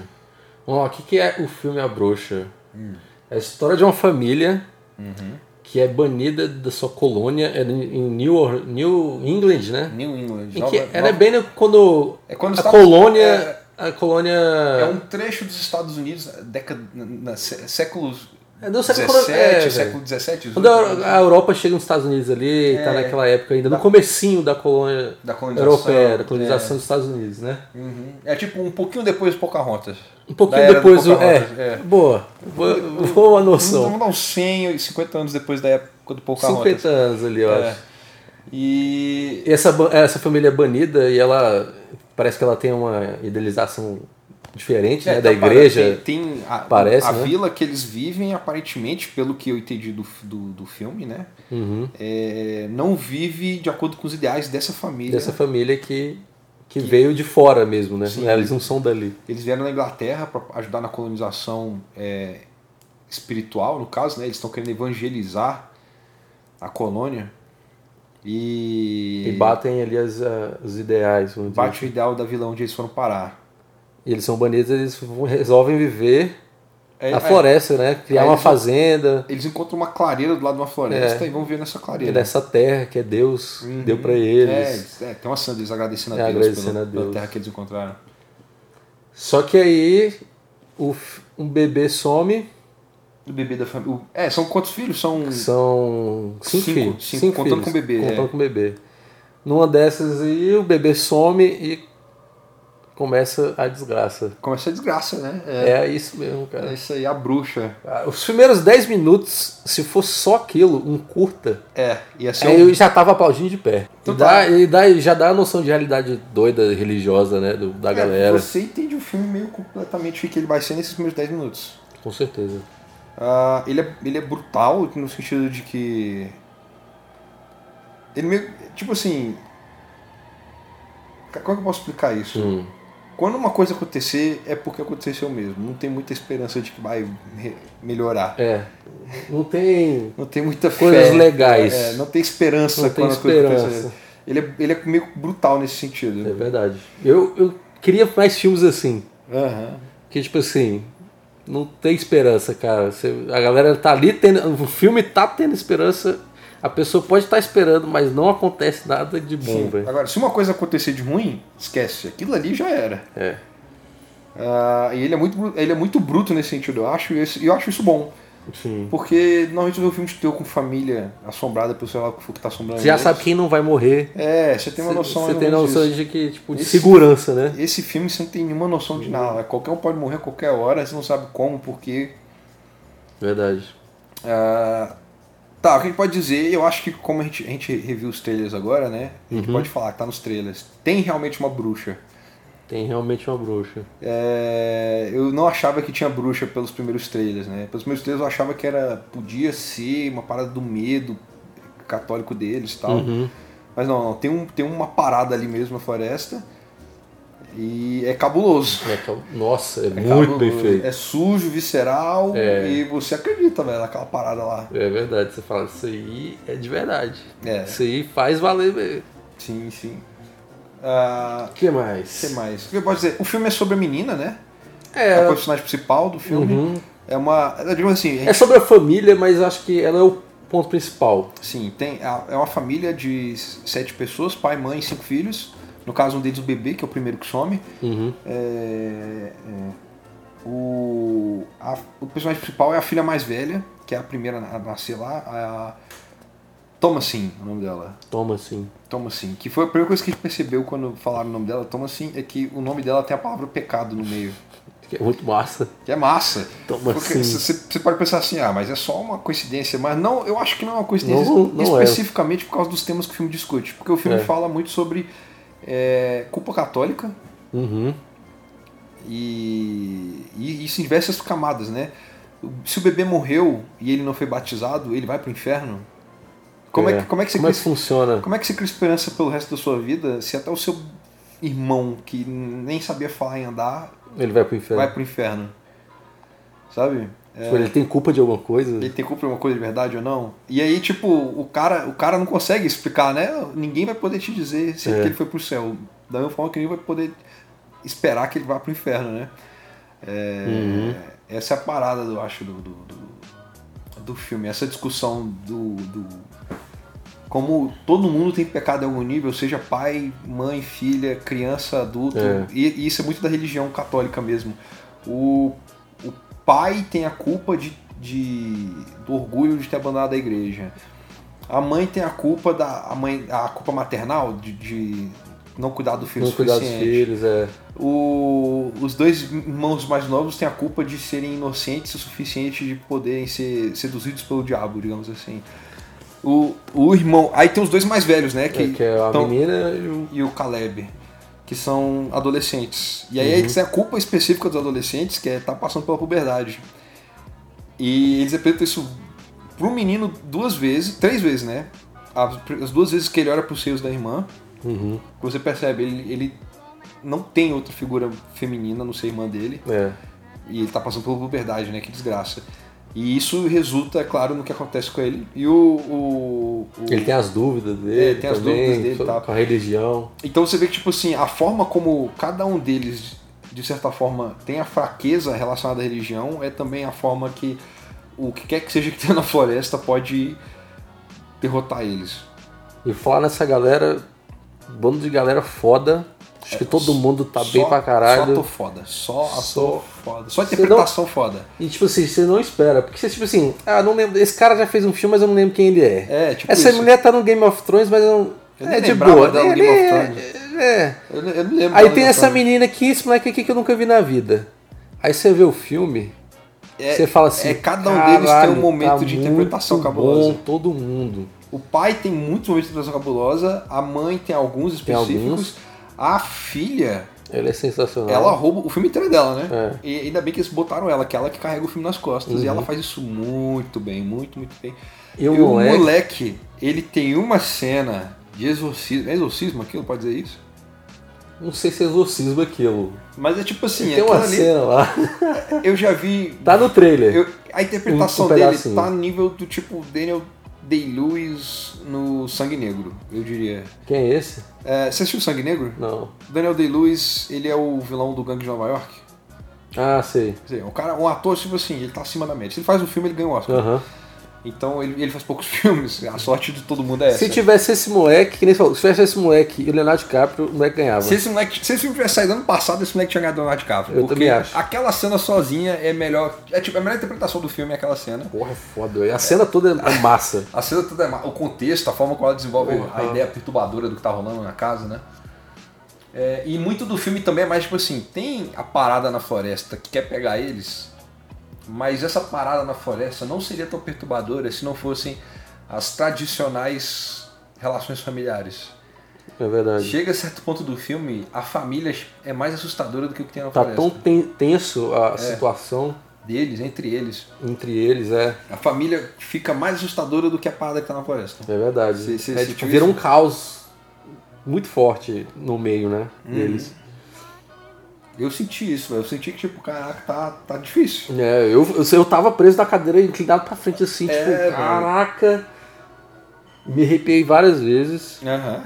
Speaker 2: Vamos lá, o que, que é o filme A Bruxa?
Speaker 1: Hum.
Speaker 2: É a história de uma família
Speaker 1: Uhum.
Speaker 2: que é banida da sua colônia é em em New, Or- New England, né?
Speaker 1: New England.
Speaker 2: Em
Speaker 1: Nova-
Speaker 2: que era
Speaker 1: Nova-
Speaker 2: bem no- quando,
Speaker 1: É quando
Speaker 2: a
Speaker 1: Estados-
Speaker 2: colônia
Speaker 1: é,
Speaker 2: a colônia.
Speaker 1: É um trecho dos Estados Unidos, é, década, na, na, sé- séculos
Speaker 2: É do
Speaker 1: 17,
Speaker 2: século é, velho.
Speaker 1: século né? 17,
Speaker 2: Quando a Euro- a Europa chega nos Estados Unidos ali, tá naquela época ainda, no comecinho da colônia
Speaker 1: Da É. colonização, é.
Speaker 2: europeia, da colonização dos Estados Unidos, né?
Speaker 1: Uhum. É tipo um pouquinho depois do Pocahontas.
Speaker 2: Um pouquinho
Speaker 1: Da era do
Speaker 2: depois do.
Speaker 1: Pocahontas,
Speaker 2: É, boa. Boa, boa noção.
Speaker 1: Vamos dar uns 100 e 50 anos depois da época do Pocahontas.
Speaker 2: 50 anos ali, eu
Speaker 1: É.
Speaker 2: acho.
Speaker 1: E
Speaker 2: E essa, ba- essa família é banida e ela. Parece que ela tem uma idealização diferente, né?
Speaker 1: É,
Speaker 2: Da
Speaker 1: então,
Speaker 2: igreja.
Speaker 1: Tem, tem a,
Speaker 2: Parece,
Speaker 1: a
Speaker 2: né?
Speaker 1: vila que eles vivem, aparentemente, pelo que eu entendi do, do, do filme, né?
Speaker 2: Uhum.
Speaker 1: é, não vive de acordo com os ideais dessa família.
Speaker 2: Dessa família que, que, veio de fora mesmo, né?
Speaker 1: é. Sim.
Speaker 2: Eles não são dali.
Speaker 1: Eles vieram na Inglaterra para ajudar na colonização é, espiritual, no caso, né? Eles estão querendo evangelizar a colônia. E,
Speaker 2: E batem ali as, ah, os ideais. vamos dizer.
Speaker 1: bate o ideal da vila onde eles foram parar.
Speaker 2: E eles são banidos, eles vão- resolvem viver
Speaker 1: É,
Speaker 2: na
Speaker 1: é,
Speaker 2: floresta, né? Criar
Speaker 1: Aí
Speaker 2: uma
Speaker 1: eles-
Speaker 2: fazenda
Speaker 1: eles encontram uma clareira do lado de uma floresta
Speaker 2: É.
Speaker 1: e vão ver nessa clareira.
Speaker 2: nessa terra que é Deus
Speaker 1: Uhum.
Speaker 2: deu pra eles.
Speaker 1: É, é, tem uma cena deles agradecendo a
Speaker 2: É,
Speaker 1: Deus,
Speaker 2: agradecendo
Speaker 1: pela,
Speaker 2: a
Speaker 1: pela
Speaker 2: Deus.
Speaker 1: terra que eles encontraram.
Speaker 2: Só que aí o f- um bebê some,
Speaker 1: O bebê da família. o- É, são quantos filhos? São.
Speaker 2: são cinco,
Speaker 1: Cinco,
Speaker 2: filhos.
Speaker 1: cinco, contando
Speaker 2: filhos,
Speaker 1: com o bebê,
Speaker 2: Contando
Speaker 1: é.
Speaker 2: com o bebê. Numa dessas aí o bebê some e começa a desgraça.
Speaker 1: Começa a desgraça, né?
Speaker 2: É, isso mesmo,
Speaker 1: É
Speaker 2: cara.
Speaker 1: isso aí, a bruxa.
Speaker 2: Ah, Os primeiros 10 minutos, se fosse só aquilo, um curta,
Speaker 1: É, ia ser.
Speaker 2: Aí
Speaker 1: um-
Speaker 2: eu já tava aplaudindo de pé.
Speaker 1: Então
Speaker 2: e,
Speaker 1: tá.
Speaker 2: dá, e dá- e já dá a noção de realidade doida, religiosa, né? do- da
Speaker 1: É,
Speaker 2: galera.
Speaker 1: Você entende o filme meio completamente o que ele vai ser nesses primeiros 10 minutos.
Speaker 2: Com certeza.
Speaker 1: Ah, ele, é, ele é brutal no sentido de que. Ele meio. Tipo assim. ca- Como é que eu posso explicar isso?
Speaker 2: Hum.
Speaker 1: Quando uma coisa acontecer, é porque aconteceu mesmo. Não tem muita esperança de que vai re- melhorar.
Speaker 2: É. Não tem.
Speaker 1: Não tem muita fé.
Speaker 2: Coisas legais.
Speaker 1: É, não tem esperança
Speaker 2: Não tem
Speaker 1: quando a coisa
Speaker 2: esperança.
Speaker 1: acontece. Ele é, ele é meio brutal nesse
Speaker 2: É
Speaker 1: sentido.
Speaker 2: verdade. Eu, eu queria mais filmes assim.
Speaker 1: Aham.
Speaker 2: Que tipo assim. Não tem esperança, cara. Você- a galera tá ali tendo. O filme tá tendo esperança. A pessoa pode estar esperando, mas não acontece nada de bom,
Speaker 1: Sim.
Speaker 2: velho.
Speaker 1: Agora, se uma coisa acontecer de ruim, esquece. Aquilo ali já era.
Speaker 2: É.
Speaker 1: Ah, e ele é, muito, bru- ele é muito bruto nesse sentido, eu acho. E esse- e eu acho isso bom.
Speaker 2: Sim.
Speaker 1: Porque normalmente eu vejo filmes teu com família assombrada pelo sei lá o que for que tá assombrando.
Speaker 2: Você já
Speaker 1: eles.
Speaker 2: sabe quem não vai morrer.
Speaker 1: É, você tem uma noção
Speaker 2: Você
Speaker 1: mais
Speaker 2: tem
Speaker 1: ou menos
Speaker 2: noção
Speaker 1: disso.
Speaker 2: de que, tipo, de
Speaker 1: Esse-
Speaker 2: segurança, né?
Speaker 1: Esse filme você não tem nenhuma noção de nada. Qualquer um pode morrer a qualquer hora, você não sabe como, por quê.
Speaker 2: Verdade.
Speaker 1: Ah, tá, o que a gente pode dizer, eu acho que como a gente, a gente reviu os trailers agora, né? A gente pode falar que tá nos trailers. Tem realmente uma bruxa.
Speaker 2: Tem realmente uma bruxa.
Speaker 1: É, eu não achava que tinha bruxa pelos primeiros trailers, né? Pelos primeiros trailers eu achava que era podia ser uma parada do medo católico deles e tal.
Speaker 2: Uhum. É,
Speaker 1: Mas não, não, tem, um, tem uma parada ali mesmo na floresta. E é cabuloso.
Speaker 2: É, cal- nossa, é,
Speaker 1: É
Speaker 2: muito bem
Speaker 1: cabuloso.
Speaker 2: feito.
Speaker 1: É sujo, visceral,
Speaker 2: É.
Speaker 1: e você acredita, velho, naquela parada lá.
Speaker 2: É verdade, você fala, isso aí é de verdade.
Speaker 1: É.
Speaker 2: Isso aí faz valer mesmo.
Speaker 1: Sim, sim. Ah,
Speaker 2: O que mais?
Speaker 1: o que mais? O que eu posso dizer? O filme é sobre a menina, né? É, a
Speaker 2: É, Uhum.
Speaker 1: personagem principal do filme. É uma. Digamos assim, a
Speaker 2: é sobre a família, mas acho que ela é o ponto principal.
Speaker 1: Sim, tem, a- é uma família de sete pessoas, pai, mãe e cinco filhos. No caso, um deles o bebê, que é o primeiro que some.
Speaker 2: Uhum.
Speaker 1: É, é, o, a- o personagem principal é a filha mais velha, que é a primeira a nascer lá. A Thomasin, o nome dela.
Speaker 2: Toma assim.
Speaker 1: Thomasin. Que foi a primeira coisa que a gente percebeu quando falaram o nome dela, Thomasin, é que o nome dela tem a palavra pecado no meio.
Speaker 2: que é muito massa.
Speaker 1: Que é massa.
Speaker 2: Toma
Speaker 1: Porque
Speaker 2: assim.
Speaker 1: você você pode pensar assim, ah, mas é só uma coincidência. Mas não, eu acho que não é uma coincidência
Speaker 2: Não, não é.
Speaker 1: especificamente por causa dos temas que o filme discute. Porque o filme
Speaker 2: É.
Speaker 1: fala muito sobre é, culpa católica
Speaker 2: Uhum.
Speaker 1: e, e isso em diversas camadas, né? Se o bebê morreu e ele não foi batizado, ele vai pro inferno? Como é, que, como é que você
Speaker 2: Como é que
Speaker 1: cria-
Speaker 2: funciona?
Speaker 1: como é que você cria esperança pelo resto da sua vida se até o seu irmão, que nem sabia falar e andar,
Speaker 2: Ele vai pro inferno.
Speaker 1: vai é. pro inferno? Sabe?
Speaker 2: Tipo, ele tem culpa de alguma coisa?
Speaker 1: ele tem culpa de uma coisa de verdade ou não. E aí, tipo, o cara, o cara não consegue explicar, né? Ninguém vai poder te dizer se
Speaker 2: É.
Speaker 1: que ele foi pro céu. Da mesma forma que ninguém vai poder esperar que ele vá pro inferno, né? É,
Speaker 2: Uhum.
Speaker 1: Essa é a parada, eu acho, do, do, do, do filme. Essa discussão do, do, como todo mundo tem pecado em algum nível, seja pai, mãe, filha, criança, adulto,
Speaker 2: É.
Speaker 1: e, e isso é muito da religião católica mesmo. O, o pai tem a culpa de, de- do orgulho de ter abandonado a igreja. A mãe tem a culpa da a mãe, a culpa maternal de, de não cuidar do filho
Speaker 2: Não
Speaker 1: o
Speaker 2: cuidar dos
Speaker 1: suficiente.
Speaker 2: filhos, é.
Speaker 1: O- os dois irmãos mais novos têm a culpa de serem inocentes o suficiente de poderem ser seduzidos pelo diabo, digamos assim. O, o irmão. Aí tem os dois mais velhos, né? Que,
Speaker 2: é que é a
Speaker 1: tão-
Speaker 2: menina e o.
Speaker 1: e o Caleb, que são adolescentes. E
Speaker 2: Uhum.
Speaker 1: aí eles têm a culpa específica dos adolescentes, que é estar passando pela puberdade. E eles apresentam isso pro menino duas vezes, três vezes, né? As, as duas vezes que ele olha pros seios da irmã,
Speaker 2: Uhum.
Speaker 1: que você percebe, ele, ele não tem outra figura feminina, a não ser a irmã dele,
Speaker 2: É.
Speaker 1: e ele tá passando pela puberdade, né? Que desgraça. E isso resulta, é claro, no que acontece com ele. E o. o- o-
Speaker 2: Ele tem as dúvidas dele.
Speaker 1: É, tem as
Speaker 2: também,
Speaker 1: dúvidas dele e tal.
Speaker 2: Com a religião.
Speaker 1: Então você vê que, tipo assim, a forma como cada um deles, de certa forma, tem a fraqueza relacionada à religião é também a forma que o que quer que seja que tenha na floresta pode derrotar eles.
Speaker 2: E falar nessa galera, bando de galera foda. Acho que todo mundo tá bem pra
Speaker 1: É, Só
Speaker 2: caralho.
Speaker 1: ator foda. Só ator
Speaker 2: Só-
Speaker 1: foda. Só
Speaker 2: Você
Speaker 1: interpretação foda.
Speaker 2: E tipo assim, você não espera. Porque você, tipo assim, ah, não lembro. Esse cara já fez um filme, mas eu não lembro quem ele é.
Speaker 1: É, tipo
Speaker 2: Essa
Speaker 1: isso.
Speaker 2: mulher tá no Game of Thrones, mas eu não.
Speaker 1: Eu nem
Speaker 2: é de
Speaker 1: lembrava
Speaker 2: boa.
Speaker 1: dela no
Speaker 2: Ele
Speaker 1: Game of
Speaker 2: é- é.
Speaker 1: Eu, não- eu não lembro.
Speaker 2: Aí
Speaker 1: dela
Speaker 2: tem
Speaker 1: na
Speaker 2: essa
Speaker 1: frente.
Speaker 2: menina aqui, esse moleque aqui que eu nunca vi na vida. Aí você vê o filme,
Speaker 1: É-
Speaker 2: você fala assim.
Speaker 1: é, cada um deles
Speaker 2: "Caralho,
Speaker 1: tem um momento
Speaker 2: tá
Speaker 1: de interpretação
Speaker 2: muito
Speaker 1: cabulosa.
Speaker 2: Bom, todo mundo.
Speaker 1: O pai tem muitos momentos de interpretação cabulosa, a mãe tem alguns específicos.
Speaker 2: alguns.
Speaker 1: A filha,
Speaker 2: Ela é sensacional.
Speaker 1: Ela rouba o filme inteiro é dela, né?
Speaker 2: É. Uhum.
Speaker 1: E ainda bem que eles botaram ela, que é ela que carrega o filme nas costas. E ela faz isso muito bem, muito, muito bem.
Speaker 2: E o moleque,
Speaker 1: ele tem uma cena de exorcismo. É exorcismo aquilo? Pode dizer isso?
Speaker 2: não sei se é exorcismo aquilo.
Speaker 1: Mas é tipo assim,
Speaker 2: tem uma
Speaker 1: aquilo ali,
Speaker 2: cena lá. (laughs)
Speaker 1: eu já vi.
Speaker 2: Tá no trailer.
Speaker 1: eu- a interpretação
Speaker 2: Um
Speaker 1: dele
Speaker 2: pedacinho.
Speaker 1: tá no nível do tipo Daniel Day-Lewis no Sangue Negro, eu diria.
Speaker 2: Quem é esse?
Speaker 1: É, você assistiu Sangue Negro?
Speaker 2: Não.
Speaker 1: Daniel Day-Lewis, ele é o vilão do Gangue de Nova York.
Speaker 2: Ah, sei.
Speaker 1: Quer dizer, um, cara, um ator, tipo assim, ele tá acima da média. Se ele faz um filme, ele ganha o Oscar.
Speaker 2: Aham.
Speaker 1: Então ele, ele faz poucos (laughs) filmes. A sorte de todo mundo é essa.
Speaker 2: Se tivesse esse moleque, que nem você falou, se tivesse esse moleque e o Leonardo DiCaprio, o moleque ganhava.
Speaker 1: Se esse, moleque, se esse filme tivesse saído ano passado, esse moleque tinha ganhado o Leonardo DiCaprio.
Speaker 2: Eu
Speaker 1: porque
Speaker 2: também acho.
Speaker 1: aquela cena sozinha é melhor. É tipo, a melhor interpretação do filme é aquela cena.
Speaker 2: Porra, é foda. velho. A cena toda é massa.
Speaker 1: A cena toda é ma- O contexto, a forma como ela desenvolve a
Speaker 2: Uhum.
Speaker 1: ideia perturbadora do que tá rolando na casa, né? É, e muito do filme também é mais tipo assim: tem a parada na floresta que quer pegar eles, mas essa parada na floresta não seria tão perturbadora se não fossem as tradicionais relações familiares.
Speaker 2: É verdade.
Speaker 1: Chega a certo ponto do filme, a família é mais assustadora do que o que tem na
Speaker 2: Tá
Speaker 1: floresta.
Speaker 2: tão ten- tenso
Speaker 1: É.
Speaker 2: a situação
Speaker 1: Deles, entre eles.
Speaker 2: entre eles, é.
Speaker 1: A família fica mais assustadora do que a parada que tá na floresta.
Speaker 2: É verdade.
Speaker 1: Você- você
Speaker 2: é,
Speaker 1: sentiu
Speaker 2: tipo, vira
Speaker 1: isso?
Speaker 2: um caos muito forte no meio, né?
Speaker 1: Uhum.
Speaker 2: Deles.
Speaker 1: Eu senti isso, velho. Eu senti que, tipo, caraca, tá, tá difícil.
Speaker 2: É, eu, eu, eu tava preso na cadeira, inclinado pra frente assim,
Speaker 1: É, velho.
Speaker 2: tipo, caraca. Me arrepiei várias vezes.
Speaker 1: Aham.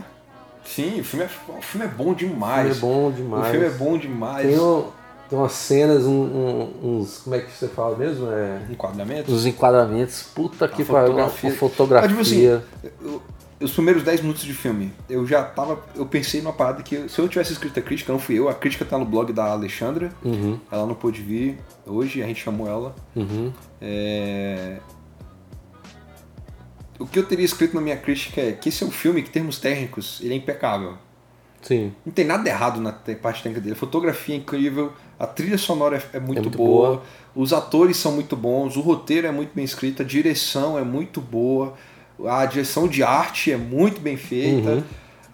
Speaker 1: Sim, o filme, é, o filme é bom
Speaker 2: O filme é
Speaker 1: demais.
Speaker 2: bom
Speaker 1: O
Speaker 2: demais.
Speaker 1: filme é bom demais.
Speaker 2: Tem, um- tem umas cenas, um- um- uns. Como é que você fala mesmo? É.
Speaker 1: Enquadramento.
Speaker 2: Os enquadramentos, puta que pariu, a
Speaker 1: fotografia.
Speaker 2: fotografia.
Speaker 1: Mas, tipo assim, eu- os primeiros 10 minutos de filme, eu já tava. Eu pensei numa parada que se eu tivesse escrito a crítica, não fui eu. A crítica tá no blog da Alexandra.
Speaker 2: Uhum,
Speaker 1: Ela não pôde vir hoje, a gente chamou ela.
Speaker 2: uhum.
Speaker 1: É, O que eu teria escrito na minha crítica é que esse é um filme que, em termos técnicos, ele é impecável. tipo assim,
Speaker 2: Sim.
Speaker 1: Não tem nada errado na te- parte técnica dele. A fotografia é incrível, a trilha sonora é, é muito,
Speaker 2: É muito
Speaker 1: boa,
Speaker 2: boa.
Speaker 1: os atores são muito bons, o roteiro é muito bem escrito, a direção é muito boa, a direção de arte é muito bem feita.
Speaker 2: Uhum.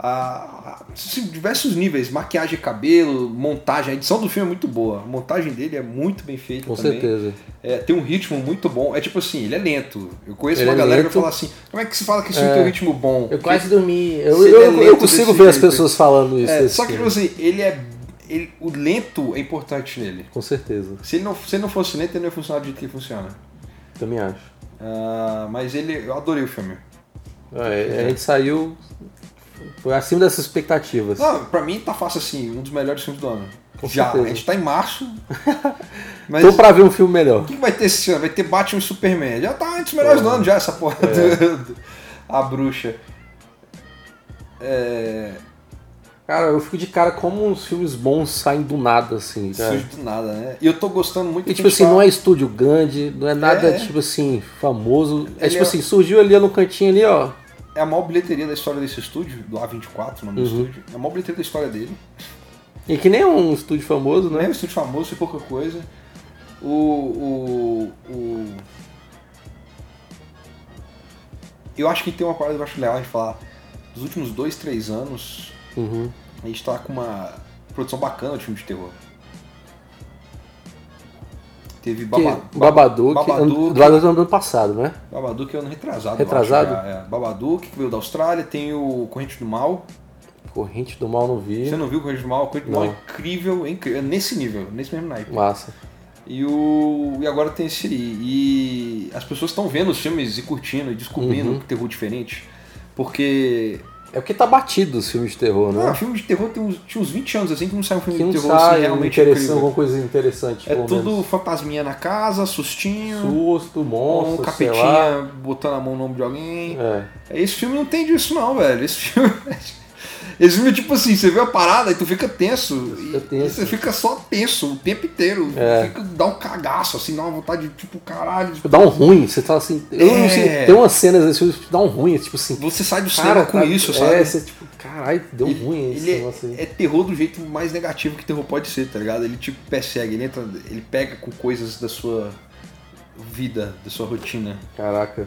Speaker 1: A- a- sim, diversos níveis, maquiagem, cabelo, montagem, a edição do filme é muito boa. A montagem dele é muito bem feita
Speaker 2: Com
Speaker 1: também.
Speaker 2: certeza.
Speaker 1: É, tem um ritmo muito bom. É tipo assim, ele é lento. Eu conheço
Speaker 2: Ele
Speaker 1: uma
Speaker 2: é
Speaker 1: galera que
Speaker 2: lento.
Speaker 1: fala assim: como é que se fala que isso filme tem um ritmo bom?
Speaker 2: Eu quase dormi. Eu,
Speaker 1: Seria
Speaker 2: eu, eu
Speaker 1: lento
Speaker 2: consigo
Speaker 1: desse
Speaker 2: ver as
Speaker 1: jeito.
Speaker 2: pessoas falando isso.
Speaker 1: É,
Speaker 2: desse
Speaker 1: só que, tipo
Speaker 2: filme.
Speaker 1: assim, ele é. ele- o lento é importante nele.
Speaker 2: Com certeza,
Speaker 1: Se ele, não, se ele não fosse lento, ele não ia funcionar do jeito que ele funciona.
Speaker 2: também acho.
Speaker 1: Ah, mas ele. Eu adorei o filme.
Speaker 2: É, a gente saiu foi acima dessas expectativas.
Speaker 1: Não, pra mim tá fácil assim, um dos melhores filmes do ano.
Speaker 2: Com
Speaker 1: Já,
Speaker 2: certeza.
Speaker 1: a gente tá em
Speaker 2: (laughs)
Speaker 1: março. mas
Speaker 2: Tô
Speaker 1: o
Speaker 2: pra ver um filme melhor.
Speaker 1: que vai ter esse
Speaker 2: é.
Speaker 1: ano? Vai ter Batman e Superman. Já tá entre os melhores do ano, já, essa porra. do- do- a bruxa. É,
Speaker 2: Cara, eu fico de cara como uns filmes bons saem do nada, assim. cara.
Speaker 1: surge do nada, né? E eu tô gostando muito
Speaker 2: E
Speaker 1: que
Speaker 2: tipo
Speaker 1: a gente
Speaker 2: assim,
Speaker 1: tá-
Speaker 2: não é estúdio grande, não é nada,
Speaker 1: É.
Speaker 2: tipo assim, famoso. É
Speaker 1: Ele
Speaker 2: tipo
Speaker 1: é-
Speaker 2: assim, surgiu ali no cantinho ali, ó.
Speaker 1: É a maior bilheteria da história desse estúdio, do A24, o nome
Speaker 2: Uhum.
Speaker 1: do estúdio. É a maior bilheteria da história dele.
Speaker 2: E que nem é um estúdio famoso,
Speaker 1: Não é
Speaker 2: né?
Speaker 1: um estúdio famoso, é pouca coisa. O, o, o- Eu acho que tem uma parada que eu acho legal de falar. Dos últimos dois, três anos,
Speaker 2: Uhum.
Speaker 1: a gente tá com uma produção bacana de filme de terror. Teve Baba...
Speaker 2: que, Babadook,
Speaker 1: Babadook.
Speaker 2: Babadook. Babadook do ano passado, né?
Speaker 1: Babadook é ano retrasado.
Speaker 2: Retrasado?
Speaker 1: Eu acho, já, é. Babadook, que veio da Austrália. Tem o Corrente do Mal.
Speaker 2: Corrente do Mal não vi.
Speaker 1: Você não viu o Corrente do Mal? O Corrente do Mal é
Speaker 2: Não.
Speaker 1: incrível, é incrível. É Nesse nível, nesse mesmo naipe.
Speaker 2: Massa.
Speaker 1: E, o, e agora tem esse aí. E as pessoas estão vendo os filmes e curtindo e
Speaker 2: Uhum.
Speaker 1: descobrindo o terror diferente. Porque.
Speaker 2: É porque tá batido os filmes de terror, né?
Speaker 1: Ah, filme de terror tem uns, tinha uns 20 anos assim que não sai um filme
Speaker 2: que não
Speaker 1: de terror assim,
Speaker 2: sai
Speaker 1: realmente
Speaker 2: interessante,
Speaker 1: incrível.
Speaker 2: alguma coisa interessante,
Speaker 1: É
Speaker 2: pelo
Speaker 1: tudo
Speaker 2: menos.
Speaker 1: fantasminha na casa, sustinho,
Speaker 2: Susto,
Speaker 1: um
Speaker 2: monstro, sei lá.
Speaker 1: capetinha botando a mão no ombro de alguém.
Speaker 2: É.
Speaker 1: Esse filme não tem disso, não, velho. Esse filme. (laughs) Esse filme, tipo assim, você vê a parada e tu fica tenso. E,
Speaker 2: Fica tenso.
Speaker 1: e você fica só tenso o tempo inteiro.
Speaker 2: É.
Speaker 1: Fica, dá um cagaço, assim, dá uma vontade de, tipo, caralho.
Speaker 2: Tipo, Dá um ruim, você tá assim. Eu
Speaker 1: É.
Speaker 2: não sei. Tem umas cenas nesse filme que dá um ruim, é tipo assim.
Speaker 1: Você sai do cinema
Speaker 2: Cara,
Speaker 1: com
Speaker 2: tá-
Speaker 1: isso, sabe?
Speaker 2: É, você tipo, caralho, deu
Speaker 1: Ele-
Speaker 2: ruim esse
Speaker 1: ele
Speaker 2: negócio aí.
Speaker 1: é, é terror do jeito mais negativo que terror pode ser, tá ligado? Ele te persegue, ele entra, ele pega com coisas da sua vida, da sua rotina.
Speaker 2: Caraca.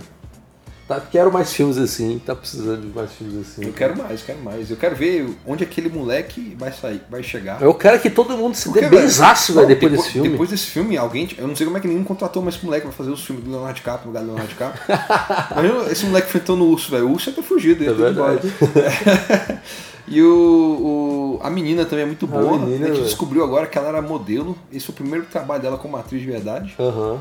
Speaker 2: Tá, quero mais filmes assim, tá precisando de mais filmes assim.
Speaker 1: Eu quero mais, quero mais. Eu quero ver onde aquele moleque vai sair, vai chegar.
Speaker 2: É o cara que todo mundo se
Speaker 1: Porque,
Speaker 2: dê bem zaço,
Speaker 1: não,
Speaker 2: é velho, depois desse filme.
Speaker 1: Depois desse filme, alguém. Eu não sei como é que nenhum contratou mais esse moleque pra fazer os filmes do Leonardo DiCaprio, no lugar do Leonardo DiCaprio.
Speaker 2: (laughs)
Speaker 1: Mas eu- esse moleque enfrentou no urso, velho. O urso é pra fugir dele,
Speaker 2: É
Speaker 1: tudo
Speaker 2: verdade.
Speaker 1: embora. (laughs) E o, o- a menina também é muito boa.
Speaker 2: menina,
Speaker 1: a gente
Speaker 2: velho.
Speaker 1: descobriu agora que ela era modelo. Esse foi o primeiro trabalho dela como atriz de verdade.
Speaker 2: Aham.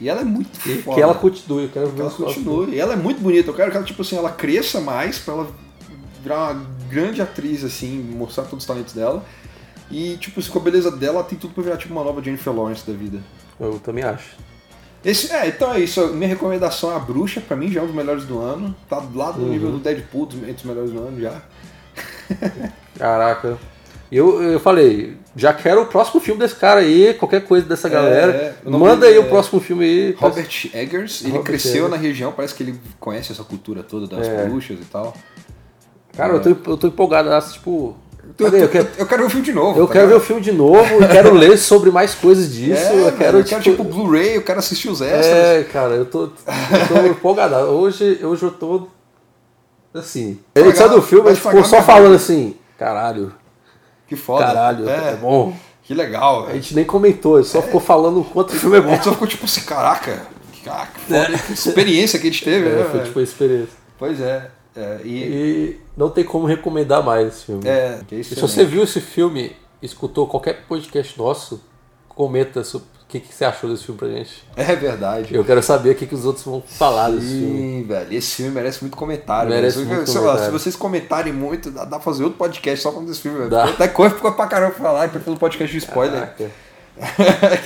Speaker 1: E ela é muito
Speaker 2: E
Speaker 1: foda.
Speaker 2: que ela continue, eu quero ver
Speaker 1: Que ela
Speaker 2: os próximos.
Speaker 1: continue. E ela é muito bonita. Eu quero que ela, tipo assim, ela cresça mais pra ela virar uma grande atriz, assim, mostrar todos os talentos dela. E, tipo, assim, com a beleza dela, ela tem tudo pra virar, tipo, uma nova Jennifer Lawrence da vida.
Speaker 2: Eu também acho.
Speaker 1: Esse, é, então é isso. Minha recomendação é a bruxa, pra mim já é um dos melhores do ano. Tá lá
Speaker 2: Uhum.
Speaker 1: do nível do Deadpool, dos, entre os melhores do ano já.
Speaker 2: Caraca. E Eu, eu falei, já quero o próximo filme desse cara aí, qualquer coisa dessa galera.
Speaker 1: é. O nome
Speaker 2: Manda aí
Speaker 1: dele é
Speaker 2: o próximo filme aí.
Speaker 1: Robert Eggers, ele
Speaker 2: Robert
Speaker 1: cresceu
Speaker 2: Eggers.
Speaker 1: na região, parece que ele conhece essa cultura toda das
Speaker 2: É.
Speaker 1: bruxas e tal.
Speaker 2: Cara, eu tô, eu tô empolgado, acho, tipo.
Speaker 1: Eu,
Speaker 2: cadê? Eu quero,
Speaker 1: eu quero ver o filme de novo.
Speaker 2: eu
Speaker 1: tá
Speaker 2: quero ver
Speaker 1: ligado?
Speaker 2: o filme de novo,
Speaker 1: (laughs)
Speaker 2: eu quero ler sobre mais coisas disso.
Speaker 1: É,
Speaker 2: eu quero,
Speaker 1: eu quero tipo, Blu-ray, eu quero assistir os extras.
Speaker 2: É, cara, eu tô, eu tô empolgado. Hoje, hoje eu tô. Assim. A
Speaker 1: Pagar-
Speaker 2: gente saiu do filme,
Speaker 1: vai
Speaker 2: a gente ficou
Speaker 1: pagar
Speaker 2: só
Speaker 1: minha
Speaker 2: falando assim: caralho,
Speaker 1: Que foda.
Speaker 2: caralho,
Speaker 1: é,
Speaker 2: é bom.
Speaker 1: Que legal,
Speaker 2: A
Speaker 1: velho.
Speaker 2: gente nem comentou, a gente só ficou falando o quanto o filme é
Speaker 1: A
Speaker 2: bom.
Speaker 1: gente só ficou tipo assim, caraca, caraca, que foda, que experiência que a gente teve, né?
Speaker 2: É, foi
Speaker 1: velho?
Speaker 2: tipo a experiência.
Speaker 1: Pois é. é, e,
Speaker 2: E não tem como recomendar mais esse filme.
Speaker 1: é, que é isso
Speaker 2: Se
Speaker 1: mesmo.
Speaker 2: você viu esse filme, escutou qualquer podcast nosso, comenta sobre o que, que você achou desse filme pra gente.
Speaker 1: É verdade.
Speaker 2: Eu quero saber o que, que os outros vão falar desse filme.
Speaker 1: Sim, velho, esse filme merece muito comentário.
Speaker 2: Merece
Speaker 1: velho.
Speaker 2: muito
Speaker 1: Sei lá,
Speaker 2: comentário.
Speaker 1: se vocês comentarem muito, dá, dá pra fazer outro podcast só falando desse filme, velho.
Speaker 2: Dá.
Speaker 1: Até coisa ficou pra caramba pra falar, e pelo podcast de spoiler.
Speaker 2: Caraca.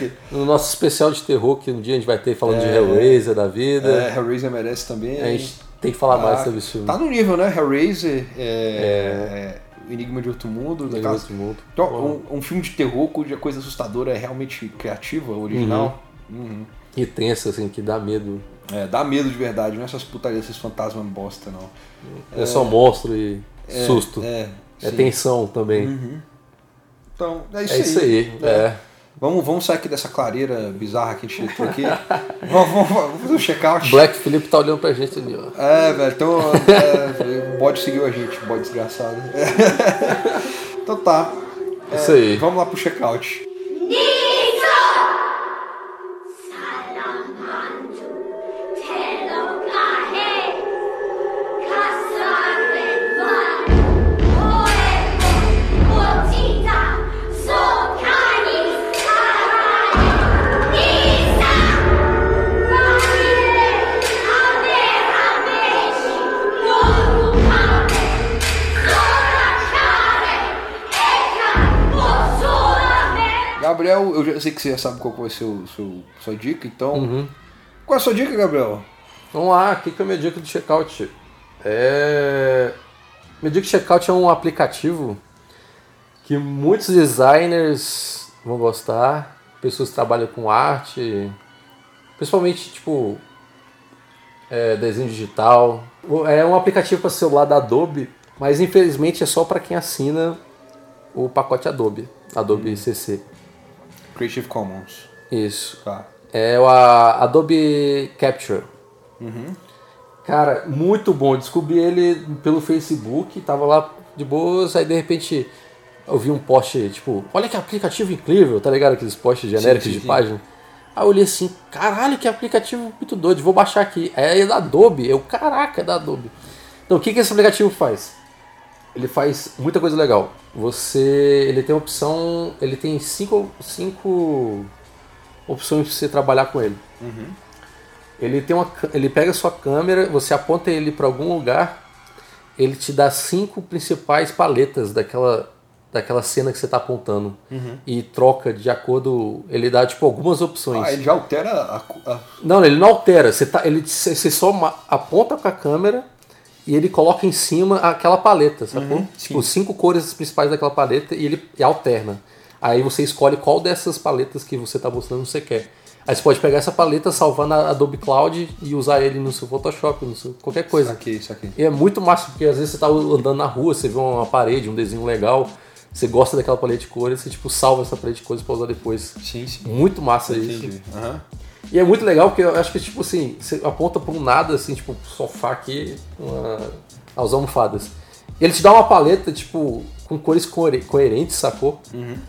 Speaker 1: (laughs)
Speaker 2: No nosso especial de terror, que um dia a gente vai ter falando de Hellraiser da vida.
Speaker 1: é, Hellraiser merece também.
Speaker 2: A gente tem que falar
Speaker 1: É. Tá-
Speaker 2: mais sobre esse filme.
Speaker 1: Tá no nível, né? Hellraiser, é, é, Enigma de Outro Mundo.
Speaker 2: Enigma
Speaker 1: Cara,
Speaker 2: de Outro Mundo.
Speaker 1: Então, um, um filme de terror cuja coisa assustadora é realmente criativa, original. Uhum.
Speaker 2: E tenso, assim, que dá medo.
Speaker 1: É, dá medo de verdade, não é essas putarias, esses fantasmas bosta, não.
Speaker 2: É, só monstro e susto. É,
Speaker 1: É, sim.
Speaker 2: tensão também.
Speaker 1: Então, é isso,
Speaker 2: É isso aí. É.
Speaker 1: Vamos, vamos sair aqui dessa clareira bizarra que a gente entrou aqui. (laughs) vamos, vamos- vamos fazer um check-out.
Speaker 2: Black Felipe tá olhando pra gente ali, ó.
Speaker 1: É, velho, então é, o bode seguiu a gente, bode desgraçado. (laughs) então tá,
Speaker 2: É isso aí.
Speaker 1: vamos lá pro check-out. Gabriel, eu já sei que você já sabe qual vai ser o seu, sua dica, então.
Speaker 2: Uhum.
Speaker 1: Qual é a sua dica, Gabriel?
Speaker 2: Vamos lá, o que, que é o meu dica do check-out? É. Magic Checkout é um aplicativo que muitos designers vão gostar, pessoas que trabalham com arte, principalmente tipo é, desenho digital. É um aplicativo para celular da Adobe, mas infelizmente é só para quem assina o pacote Adobe, Adobe CC.
Speaker 1: Creative Commons.
Speaker 2: Isso.
Speaker 1: Tá.
Speaker 2: É o a- Adobe Capture.
Speaker 1: Uhum.
Speaker 2: Cara, muito bom. Descobri ele pelo Facebook, tava lá de boas, aí de repente eu vi um post, tipo, olha que aplicativo incrível, tá ligado? Aqueles posts genéricos
Speaker 1: sim,
Speaker 2: de
Speaker 1: sim.
Speaker 2: página. Aí eu olhei assim, caralho, que aplicativo muito doido, vou baixar aqui. Aí é da Adobe, eu, caraca, é da Adobe. Então, o que, que esse aplicativo faz? Ele faz muita coisa legal. Você, ele tem opção, ele tem cinco, cinco opções pra você trabalhar com ele.
Speaker 1: Uhum.
Speaker 2: Ele tem uma, cã- ele pega a sua câmera, você aponta ele para algum lugar, ele te dá cinco principais paletas daquela daquela cena que você tá apontando
Speaker 1: Uhum.
Speaker 2: e troca de acordo, ele dá tipo algumas opções.
Speaker 1: Ah, ele já altera a, co- a-
Speaker 2: Não, ele não altera, você tá, ele você você só ma- aponta com a câmera e ele coloca em cima aquela paleta, sacou? tipo, cinco cores principais daquela paleta e ele e alterna. Aí você escolhe qual dessas paletas que você tá mostrando você quer. Aí você pode pegar essa paleta, salvar na Adobe Cloud e usar ele no seu Photoshop, no seu qualquer coisa.
Speaker 1: Saquei, isso aqui.
Speaker 2: E é muito massa, porque às vezes você tá andando na rua, você vê uma parede, um desenho legal, você gosta daquela paleta de cores, você tipo salva essa paleta de cores pra usar depois.
Speaker 1: Sim, sim.
Speaker 2: Muito massa isso.
Speaker 1: Entendi. Aham.
Speaker 2: E é muito legal porque eu acho que, tipo assim, você aponta pra um nada, assim, tipo, pro sofá aqui, uma... as almofadas. E ele te dá uma paleta, tipo, com cores coere- coerentes, sacou?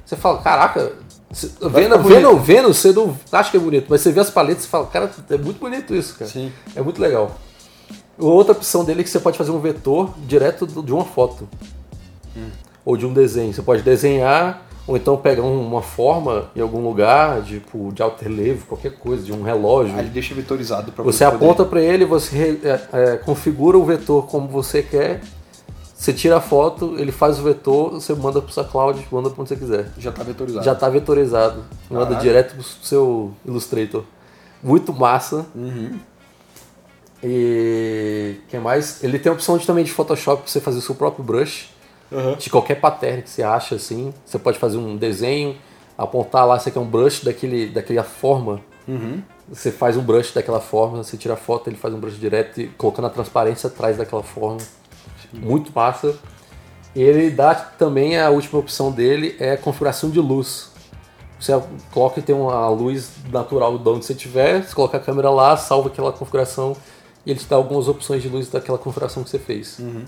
Speaker 2: Você fala, caraca, cê- vendo,
Speaker 1: Uhum. ficar
Speaker 2: vendo, vendo, você não acha que é bonito, mas você vê as paletas e fala, cara, é muito bonito isso, cara.
Speaker 1: Sim.
Speaker 2: É muito legal. Outra opção dele é que você pode fazer um vetor direto do- de uma foto. Ou de um desenho. Você pode desenhar, ou então pegar um- uma forma em algum lugar, tipo de alto relevo, qualquer coisa, de um relógio.
Speaker 1: Ah, ele deixa vetorizado pra
Speaker 2: Você aponta para ele, você re- é, é, configura o vetor como você quer, você tira a foto, ele faz o vetor, você manda pro seu cloud, manda pra onde você quiser.
Speaker 1: Poder... Já tá vetorizado.
Speaker 2: Já tá vetorizado. Manda
Speaker 1: Caralho.
Speaker 2: direto pro seu Illustrator. Muito massa.
Speaker 1: Uhum.
Speaker 2: E. que mais? Ele tem a opção de, também de Photoshop pra você fazer o seu próprio brush. De qualquer pattern que você acha assim. Você pode fazer um desenho, apontar lá, você quer um brush daquele, daquela forma.
Speaker 1: Uhum.
Speaker 2: Você faz um brush daquela forma, você tira a foto, ele faz um brush direto e colocando a transparência atrás daquela forma. Muito massa. Ele dá também a última opção dele é configuração de luz. Você coloca e tem uma luz natural de onde você tiver, você coloca a câmera lá, salva aquela configuração e ele te dá algumas opções de luz daquela configuração que você fez.
Speaker 1: Uhum.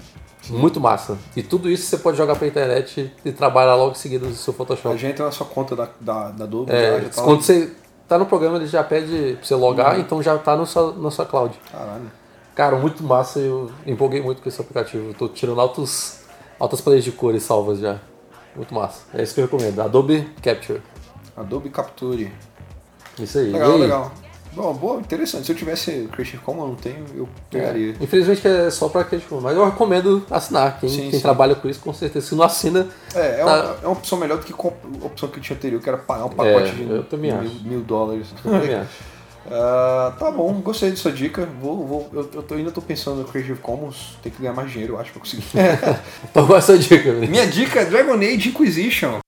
Speaker 2: Muito massa. E tudo isso você pode jogar pra internet e trabalhar logo em seguida no seu
Speaker 1: A
Speaker 2: Photoshop.
Speaker 1: gente entra na sua conta da, da, da Adobe.
Speaker 2: É,
Speaker 1: já, já tá lá. Uhum.
Speaker 2: quando você tá no programa, ele já pede pra você logar, então já tá no sua- na sua cloud.
Speaker 1: Caralho.
Speaker 2: Cara, muito massa, eu empolguei muito com esse aplicativo. Eu tô tirando altos, altas paletas de cores salvas já. Muito massa. É isso que eu recomendo. Adobe Capture.
Speaker 1: Adobe Capture.
Speaker 2: Isso aí. E
Speaker 1: Legal,
Speaker 2: aí?
Speaker 1: legal. Bom, boa, interessante. Se eu tivesse Creative Commons, eu não tenho, eu pegaria.
Speaker 2: Infelizmente é só pra quem mas eu recomendo assinar. Quem,
Speaker 1: Sim,
Speaker 2: quem
Speaker 1: sim.
Speaker 2: trabalha com isso, com certeza. Se não assina,
Speaker 1: É, é,
Speaker 2: Tá.
Speaker 1: uma, é uma opção melhor do que a opção que eu tinha anterior, que era pagar um pacote
Speaker 2: É,
Speaker 1: de
Speaker 2: eu também
Speaker 1: mil,
Speaker 2: acho.
Speaker 1: mil dólares. (laughs)
Speaker 2: eu também acho.
Speaker 1: Ah, tá bom, gostei dessa dica. Vou, vou, eu, eu tô- ainda tô pensando no Creative Commons, tem que ganhar mais dinheiro, eu acho, pra conseguir.
Speaker 2: Então qual é a sua dica, né?
Speaker 1: Minha dica é Dragon Age Inquisition.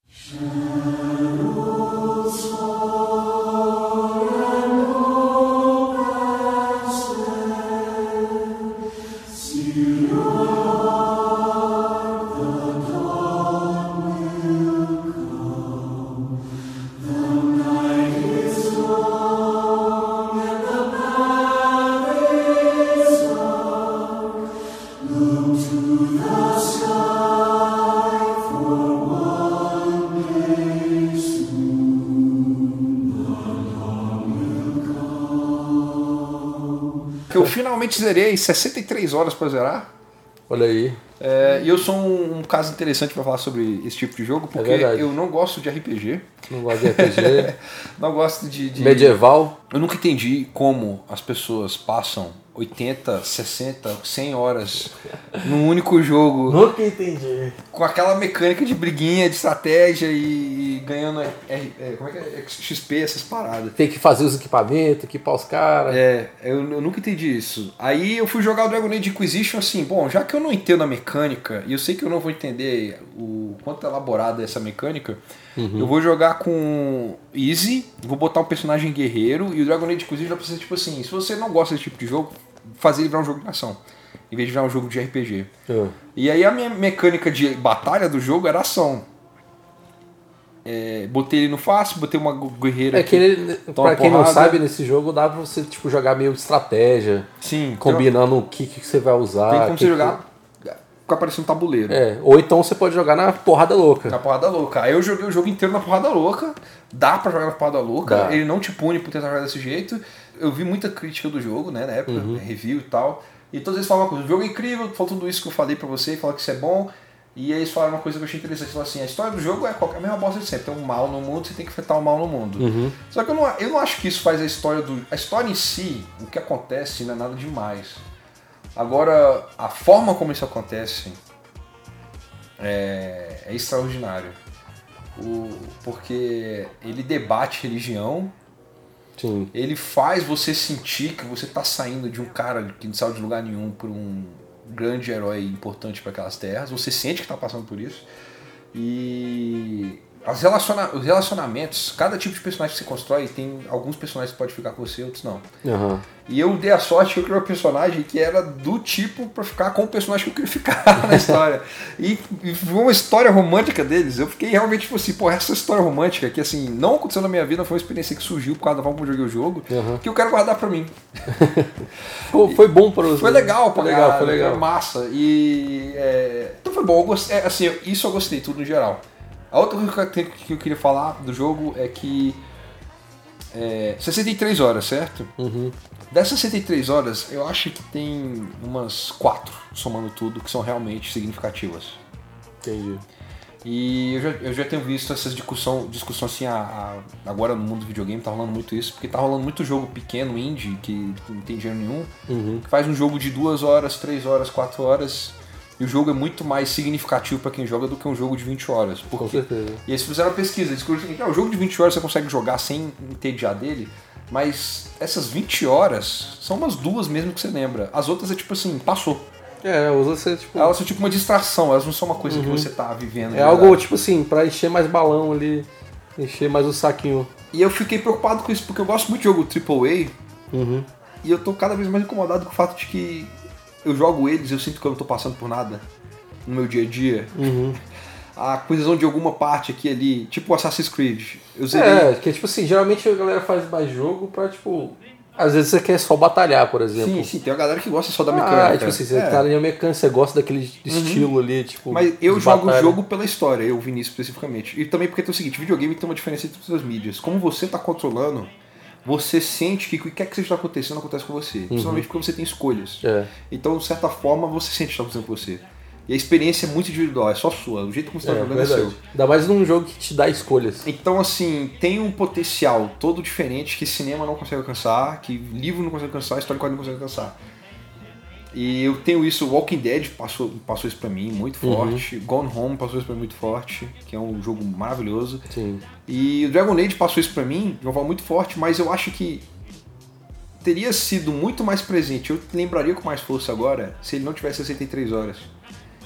Speaker 1: Que eu finalmente zerei 63 horas pra zerar.
Speaker 2: Olha aí.
Speaker 1: É, e eu sou um, um caso interessante pra falar sobre esse tipo de jogo, porque
Speaker 2: verdade.
Speaker 1: eu não gosto de RPG.
Speaker 2: Não gosto de
Speaker 1: (laughs)
Speaker 2: RPG.
Speaker 1: Não gosto de. de-
Speaker 2: Medieval.
Speaker 1: Eu nunca entendi como as pessoas passam 80, 60, 100 horas num único jogo
Speaker 2: Nunca entendi.
Speaker 1: com aquela mecânica de briguinha, de estratégia e, e ganhando é, é, como é que é? XP, essas paradas.
Speaker 2: Tem que fazer os equipamentos, equipar os caras.
Speaker 1: É, eu, eu nunca entendi isso. Aí eu fui jogar o Dragon Age Inquisition assim, bom, já que eu não entendo a mecânica, e eu sei que eu não vou entender o quanto elaborada é essa mecânica,
Speaker 2: Uhum.
Speaker 1: eu vou jogar com Easy, vou botar um personagem guerreiro, e o Dragon Age, inclusive, já precisa, tipo assim, se você não gosta desse tipo de jogo, fazer ele virar um jogo de ação, em vez de virar um jogo de RPG.
Speaker 2: Ah,
Speaker 1: E aí a minha mecânica de batalha do jogo era ação. É, botei ele no fácil, botei uma gu- guerreira
Speaker 2: É que ele,
Speaker 1: toma
Speaker 2: pra quem não
Speaker 1: porrada.
Speaker 2: sabe, nesse jogo dá pra você tipo, jogar meio de estratégia,
Speaker 1: Sim,
Speaker 2: combinando o que, que você vai usar.
Speaker 1: Tem como você
Speaker 2: que Ah, que-
Speaker 1: jogar, fica parecendo um tabuleiro.
Speaker 2: É, ou então você pode jogar na porrada
Speaker 1: Na
Speaker 2: louca.
Speaker 1: porrada louca. Aí eu joguei o jogo inteiro na porrada louca. Dá pra jogar na porrada louca.
Speaker 2: Dá.
Speaker 1: Ele não te pune por tentar jogar desse jeito. Eu vi muita crítica do jogo, né, na época,
Speaker 2: Uhum.
Speaker 1: review e tal. E todos eles falavam uma coisa, o jogo é incrível, falou tudo isso que eu falei pra você, falaram que isso é bom. E aí eles falaram uma coisa que eu achei interessante, falaram assim, a história do jogo é qualquer, a mesma bosta de sempre, tem um mal no mundo, você tem que enfrentar o mal no mundo.
Speaker 2: Uhum.
Speaker 1: Só que eu não, eu não acho que isso faz a história do... A história em si, o que acontece, não é nada demais. Agora, a forma como isso acontece é, é extraordinário. O- porque ele debate religião,
Speaker 2: Sim.
Speaker 1: ele faz você sentir que você tá saindo de um cara que não saiu de lugar nenhum para um grande herói importante para aquelas terras. Você sente que tá passando por isso. E as relaciona os relacionamentos, cada tipo de personagem que você constrói, tem alguns personagens que podem ficar com você, outros não.
Speaker 2: Aham.
Speaker 1: E eu dei a sorte que eu criei um personagem que era do tipo pra ficar com o personagem que eu queria ficar (laughs) na história. E, e foi uma história romântica deles. Eu fiquei realmente tipo assim, pô, essa história romântica que assim, não aconteceu na minha vida, foi uma experiência que surgiu por causa da forma como eu joguei o jogo,
Speaker 2: Aham.
Speaker 1: que eu quero guardar pra mim.
Speaker 2: Pô, Foi bom pra você.
Speaker 1: Foi legal, pô,
Speaker 2: né? foi legal,
Speaker 1: cara,
Speaker 2: foi legal.
Speaker 1: massa. E. é, então foi bom, eu gostei, é, assim, eu- isso eu gostei, tudo no geral. A outra coisa que eu- que eu queria falar do jogo é que. É, 63 horas, certo?
Speaker 2: Uhum.
Speaker 1: Dessas 63 horas, eu acho que tem umas 4, somando tudo, que são realmente significativas.
Speaker 2: Entendi.
Speaker 1: E eu já, eu já tenho visto essas discussão, discussão assim, a- a- agora no mundo do videogame tá rolando muito isso, porque tá rolando muito jogo pequeno, indie, que não tem dinheiro nenhum,
Speaker 2: Uhum.
Speaker 1: que faz um jogo de 2 horas, 3 horas, 4 horas, e o jogo é muito mais significativo pra quem joga do que um jogo de 20 horas. Por
Speaker 2: Com
Speaker 1: quê?
Speaker 2: certeza.
Speaker 1: E eles fizeram uma pesquisa, descobriram o seguinte, ah, o jogo de 20 horas você consegue jogar sem entediar dele, mas essas 20 horas são umas duas mesmo que você lembra. As outras é tipo assim, passou.
Speaker 2: É, usa você, tipo.
Speaker 1: Elas são tipo uma distração, elas não são uma coisa que você tá vivendo. de
Speaker 2: É algo,
Speaker 1: verdade.
Speaker 2: tipo assim, pra encher mais balão ali, encher mais o saquinho.
Speaker 1: E eu fiquei preocupado com isso, porque eu gosto muito de jogo AAA,
Speaker 2: Uhum.
Speaker 1: e eu tô cada vez mais incomodado com o fato de que eu jogo eles e eu sinto que eu não tô passando por nada no meu dia a dia.
Speaker 2: Uhum.
Speaker 1: A aquisição de alguma parte aqui e ali, tipo Assassin's Creed. Eu zerei
Speaker 2: É, que tipo assim, geralmente a galera faz mais jogo pra, tipo. Às vezes você quer só batalhar, por exemplo.
Speaker 1: Sim, sim, tem uma galera que gosta só da mecânica.
Speaker 2: Ah, tipo assim, você
Speaker 1: É. Uhum.
Speaker 2: tá na mecânica, você gosta daquele estilo ali, tipo.
Speaker 1: Mas eu
Speaker 2: de
Speaker 1: jogo o
Speaker 2: batalha.
Speaker 1: jogo pela história, eu, Vinícius, especificamente. E também porque tem o seguinte, videogame tem uma diferença entre todas as mídias. Como você tá controlando, você sente que o que quer que seja acontecendo acontece com
Speaker 2: Uhum.
Speaker 1: você. Principalmente porque você tem escolhas.
Speaker 2: É.
Speaker 1: Então, de certa forma, você sente que está acontecendo com você. E a experiência é muito individual, é só sua. O jeito como você tá
Speaker 2: É,
Speaker 1: jogando é seu.
Speaker 2: verdade. Ainda mais num jogo que te dá escolhas.
Speaker 1: Então, assim, tem um potencial todo diferente que cinema não consegue alcançar, que livro não consegue alcançar, história de quadrinho não consegue alcançar. E eu tenho isso, Walking Dead passou, passou isso pra mim muito
Speaker 2: Uhum.
Speaker 1: forte, Gone Home passou isso pra mim muito forte, que é um jogo maravilhoso.
Speaker 2: Sim.
Speaker 1: E o Dragon Age passou isso pra mim de uma forma muito forte, mas eu acho que teria sido muito mais presente, eu lembraria com mais força agora, se ele não tivesse 63 horas.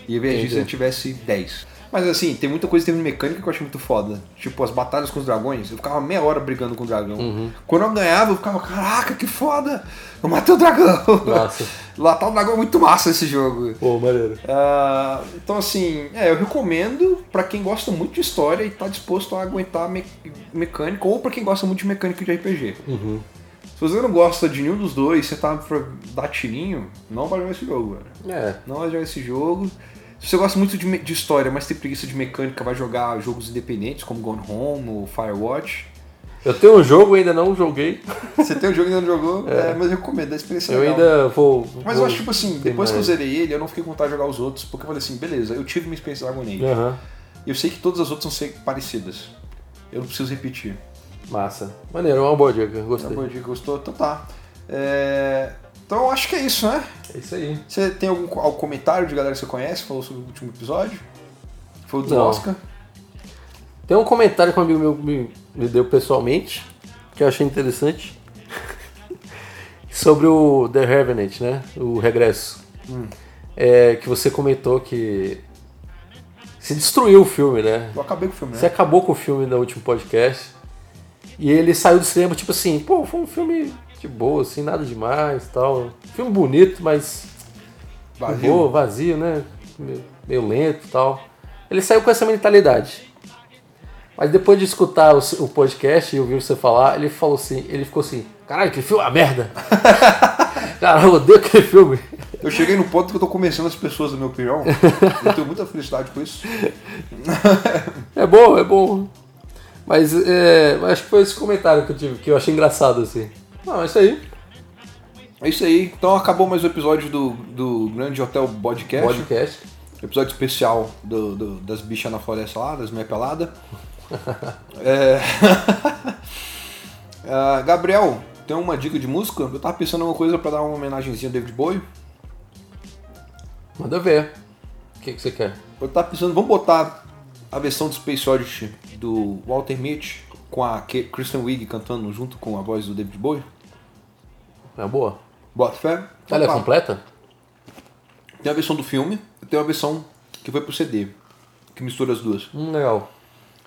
Speaker 1: E ao invés disso
Speaker 2: Entendi.
Speaker 1: ele tivesse 10. Mas assim, tem muita coisa em termos de mecânica que eu achei muito foda. Tipo, as batalhas com os dragões, eu ficava meia hora brigando com o dragão.
Speaker 2: Uhum.
Speaker 1: Quando eu ganhava, eu ficava, caraca, que foda! Eu matei o dragão! (laughs)
Speaker 2: Massa.
Speaker 1: Latar o dragão é muito massa esse jogo.
Speaker 2: Pô, maneiro.
Speaker 1: Ah, então, assim, é, eu recomendo pra quem gosta muito de história e tá disposto a aguentar me mecânica, ou pra quem gosta muito de mecânica de RPG.
Speaker 2: Uhum.
Speaker 1: Se você não gosta de nenhum dos dois, você tá pra dar tirinho, não vai jogar esse jogo, velho.
Speaker 2: É.
Speaker 1: Não vai jogar esse jogo. Se você gosta muito de, me- de história, mas tem preguiça de mecânica, vai jogar jogos independentes como Gone Home ou Firewatch.
Speaker 2: Eu tenho um jogo, ainda não joguei.
Speaker 1: Você tem o jogo e ainda não jogou, é. mas eu recomendo, a experiência é
Speaker 2: Eu
Speaker 1: legal.
Speaker 2: ainda vou.
Speaker 1: Mas eu
Speaker 2: vou-
Speaker 1: acho, tipo assim,
Speaker 2: tem
Speaker 1: depois que eu
Speaker 2: mais.
Speaker 1: zerei ele, eu não fiquei com vontade de jogar os outros, porque eu falei assim, beleza, eu tive minha experiência da Agonei.
Speaker 2: Aham.
Speaker 1: Eu sei que todas as outras vão ser parecidas. Eu não preciso repetir.
Speaker 2: Massa. Maneiro, é uma boa dica.
Speaker 1: Tá
Speaker 2: Gostei.
Speaker 1: bom, Diego, gostou? Então tá. É, Então eu acho que é isso, né?
Speaker 2: É isso aí.
Speaker 1: Você tem algum, co- algum comentário de galera que você conhece? Falou sobre o último episódio? Foi o do
Speaker 2: Não.
Speaker 1: Oscar?
Speaker 2: Tem um comentário que um amigo meu me, me deu pessoalmente, que eu achei interessante, (laughs) sobre o The Revenant, né? O regresso. é, que você comentou que se destruiu o filme, né?
Speaker 1: Eu acabei com o filme, né?
Speaker 2: Você acabou com o filme no último podcast. E ele saiu do cinema, tipo assim, pô, foi um filme de boa, assim, nada demais tal. Filme bonito, mas
Speaker 1: Vazio.
Speaker 2: boa, vazio, né? Meio, meio lento e tal. Ele saiu com essa mentalidade. Mas depois de escutar o, seu- o podcast e ouvir você falar, ele falou assim, ele ficou assim, caralho, que filme é uma merda! (laughs) Caralho, eu odeio aquele filme.
Speaker 1: Eu cheguei no ponto que eu tô convencendo as pessoas da minha
Speaker 2: (laughs)
Speaker 1: opinião. eu tenho muita felicidade com isso.
Speaker 2: É bom, é bom. Mas é, acho que foi esse comentário que eu tive, que eu achei engraçado, assim. Não, é isso aí.
Speaker 1: É isso aí. Então acabou mais o episódio do, do Grande Hotel
Speaker 2: É,
Speaker 1: Podcast.
Speaker 2: Podcast.
Speaker 1: Episódio especial do, do- das bichas na floresta lá, das meia
Speaker 2: (laughs)
Speaker 1: pelada. É. (laughs) Ah, Gabriel, tem uma dica de música? Eu tava pensando em uma coisa pra dar uma homenagenzinha ao David Bowie.
Speaker 2: Manda ver. O que, que você quer?
Speaker 1: Eu tava pensando, vamos botar a versão do Space Oddity do Walter Mitty com a Ke- Kristen Wiig cantando junto com a voz do David Bowie?
Speaker 2: É boa?
Speaker 1: Bota fé?
Speaker 2: Ela é
Speaker 1: Opa.
Speaker 2: completa?
Speaker 1: Tem a versão do filme e tem a versão que foi pro CD, que mistura as duas.
Speaker 2: Hum, legal.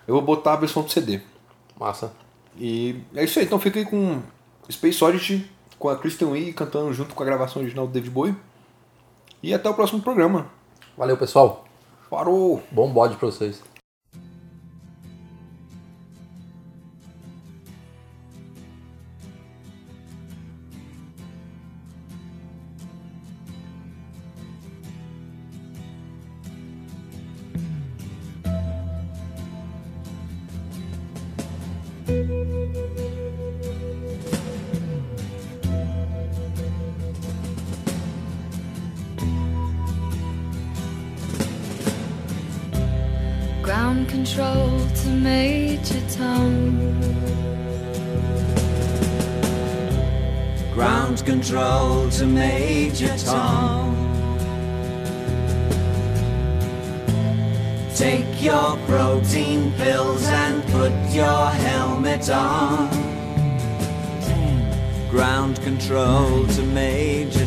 Speaker 1: Eu vou botar a versão do CD.
Speaker 2: Massa.
Speaker 1: E é isso aí, então fica aí com Space Oddity, com a Kristen Wiig cantando junto com a gravação original do David Bowie. E até o próximo programa.
Speaker 2: Valeu, pessoal.
Speaker 1: Parou!
Speaker 2: Bom bode pra vocês.
Speaker 5: Ground control to Major Tom.
Speaker 6: Ground control to Major Tom. Take your protein pills and put your helmet on. Ground control to Major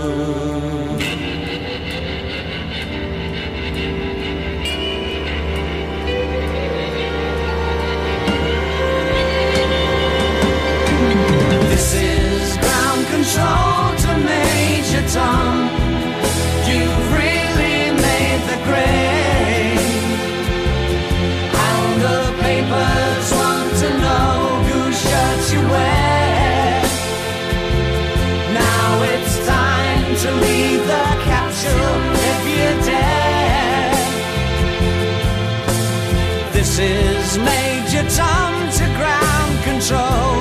Speaker 6: This is ground control to Major Tom. You've really made the grade. And the papers want to know whose shirts you wear. Now it's time to leave the capsule if you dare. This is Major Tom to ground control.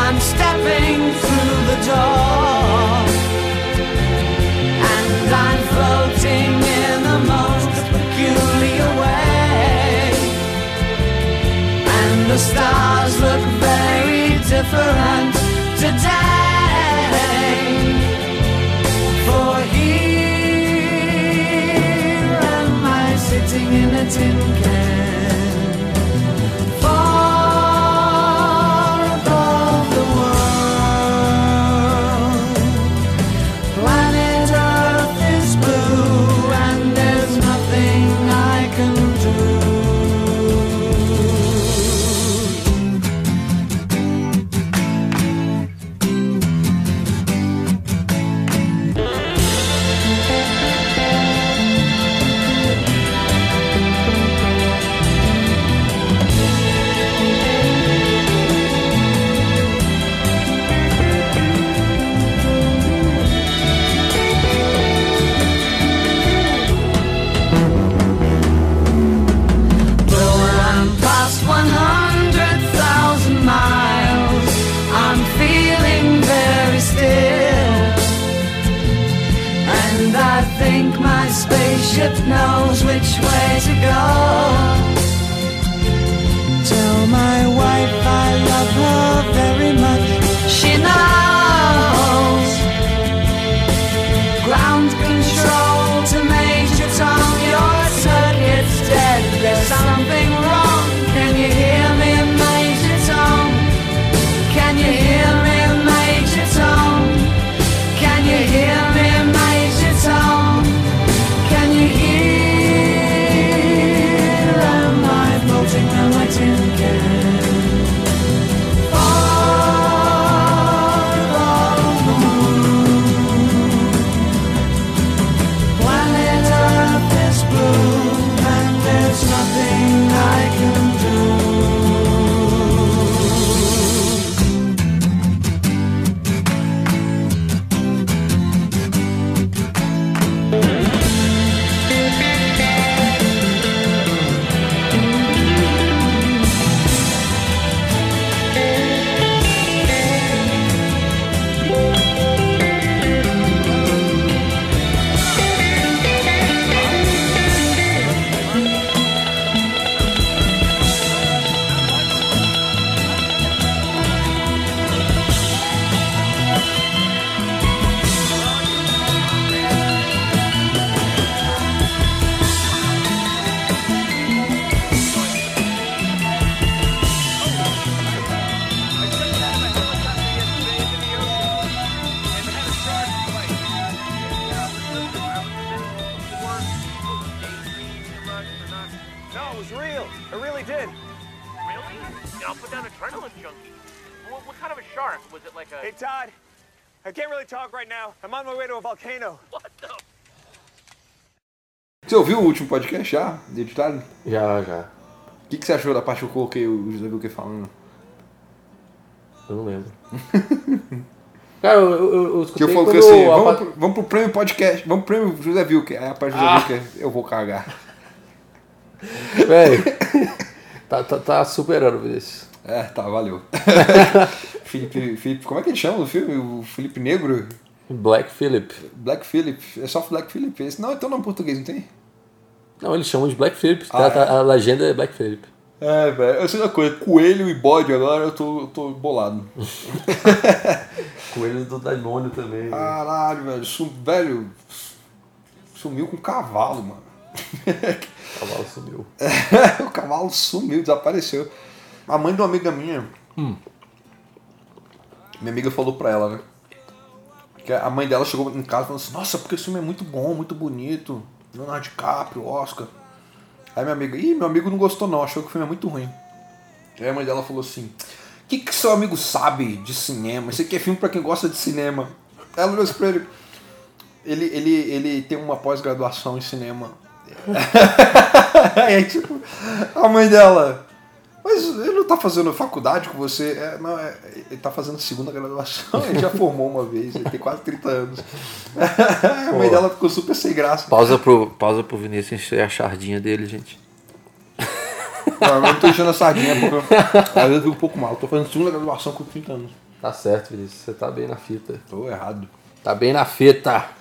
Speaker 6: I'm stepping through the door. And I'm floating in the most peculiar way. And the stars look very different today. For here am I sitting in a tin can. Far above the world. Planet Earth is blue and there's nothing I can do. Though I'm past 100,000 miles, I'm feeling very still. And I think my spaceship knows which way to go. Tell my wife I love her very much. She knows.
Speaker 7: was real. It really did.
Speaker 8: Really? Yeah, I'll put down adrenaline junkie. What, what kind of a shark? Was it like a...
Speaker 7: Hey, Todd, I can't really talk right now. I'm on my way to a volcano.
Speaker 8: What the...
Speaker 1: Você ouviu o último podcast já, de editado?
Speaker 2: Já, já.
Speaker 1: O que, que você achou da parte que eu coloquei o José Wilker falando?
Speaker 2: Eu não lembro. (laughs) Cara, eu, eu, eu
Speaker 1: Que
Speaker 2: escutei
Speaker 1: eu falo que
Speaker 2: quando
Speaker 1: assim,
Speaker 2: a
Speaker 1: vamos,
Speaker 2: pa-
Speaker 1: pro, vamos pro prêmio podcast, vamos pro prêmio José Wilker. Aí a parte do
Speaker 2: Ah.
Speaker 1: José Wilker, eu vou cagar.
Speaker 2: Velho, (laughs) tá, tá, tá superando isso.
Speaker 1: É, tá,
Speaker 2: (laughs)
Speaker 1: valeu. Felipe, Felipe, como é que ele chama no filme? O Felipe Negro?
Speaker 2: Black Phillip.
Speaker 1: Black Philip? É só Black Philip? Esse, não, então não português, não tem?
Speaker 2: Não, eles chamam de Black Phillip. tá- tá- a legenda é Black Phillip.
Speaker 1: É, velho, eu sei uma coisa, coelho e bode agora eu tô, eu tô bolado.
Speaker 2: Coelho do demônio também.
Speaker 1: Caralho, velho, sum, velho, sumiu com o cavalo, mano. (laughs)
Speaker 2: O cavalo sumiu.
Speaker 1: o cavalo sumiu, desapareceu. A mãe de uma amiga minha. Minha amiga falou pra ela, né? Que a mãe dela chegou em casa falando assim, nossa, porque esse filme é muito bom, muito bonito. Leonardo DiCaprio, Oscar. Aí minha amiga, ih, meu amigo não gostou não, achou que o filme é muito ruim. Aí a mãe dela falou assim, o que, que seu amigo sabe de cinema? Isso aqui é filme pra quem gosta de cinema. Ela olhou assim pra ele. Ele, ele, ele tem uma pós-graduação em cinema. (laughs) é tipo, a mãe dela. Mas ele não tá fazendo faculdade com você? É, não, é, ele tá fazendo segunda graduação, ele já formou uma vez, ele tem quase 30 anos. (laughs) a mãe
Speaker 2: Pô.
Speaker 1: dela ficou super sem graça.
Speaker 2: Pausa pro, pausa pro Vinícius encher a chardinha dele, gente.
Speaker 1: Não, eu não tô enchendo a sardinha, porque eu- às vezes eu fico um pouco mal. Eu tô fazendo segunda graduação com 30 anos.
Speaker 2: Tá certo, Vinícius. Você tá bem na fita.
Speaker 1: Tô errado.
Speaker 2: Tá bem na fita.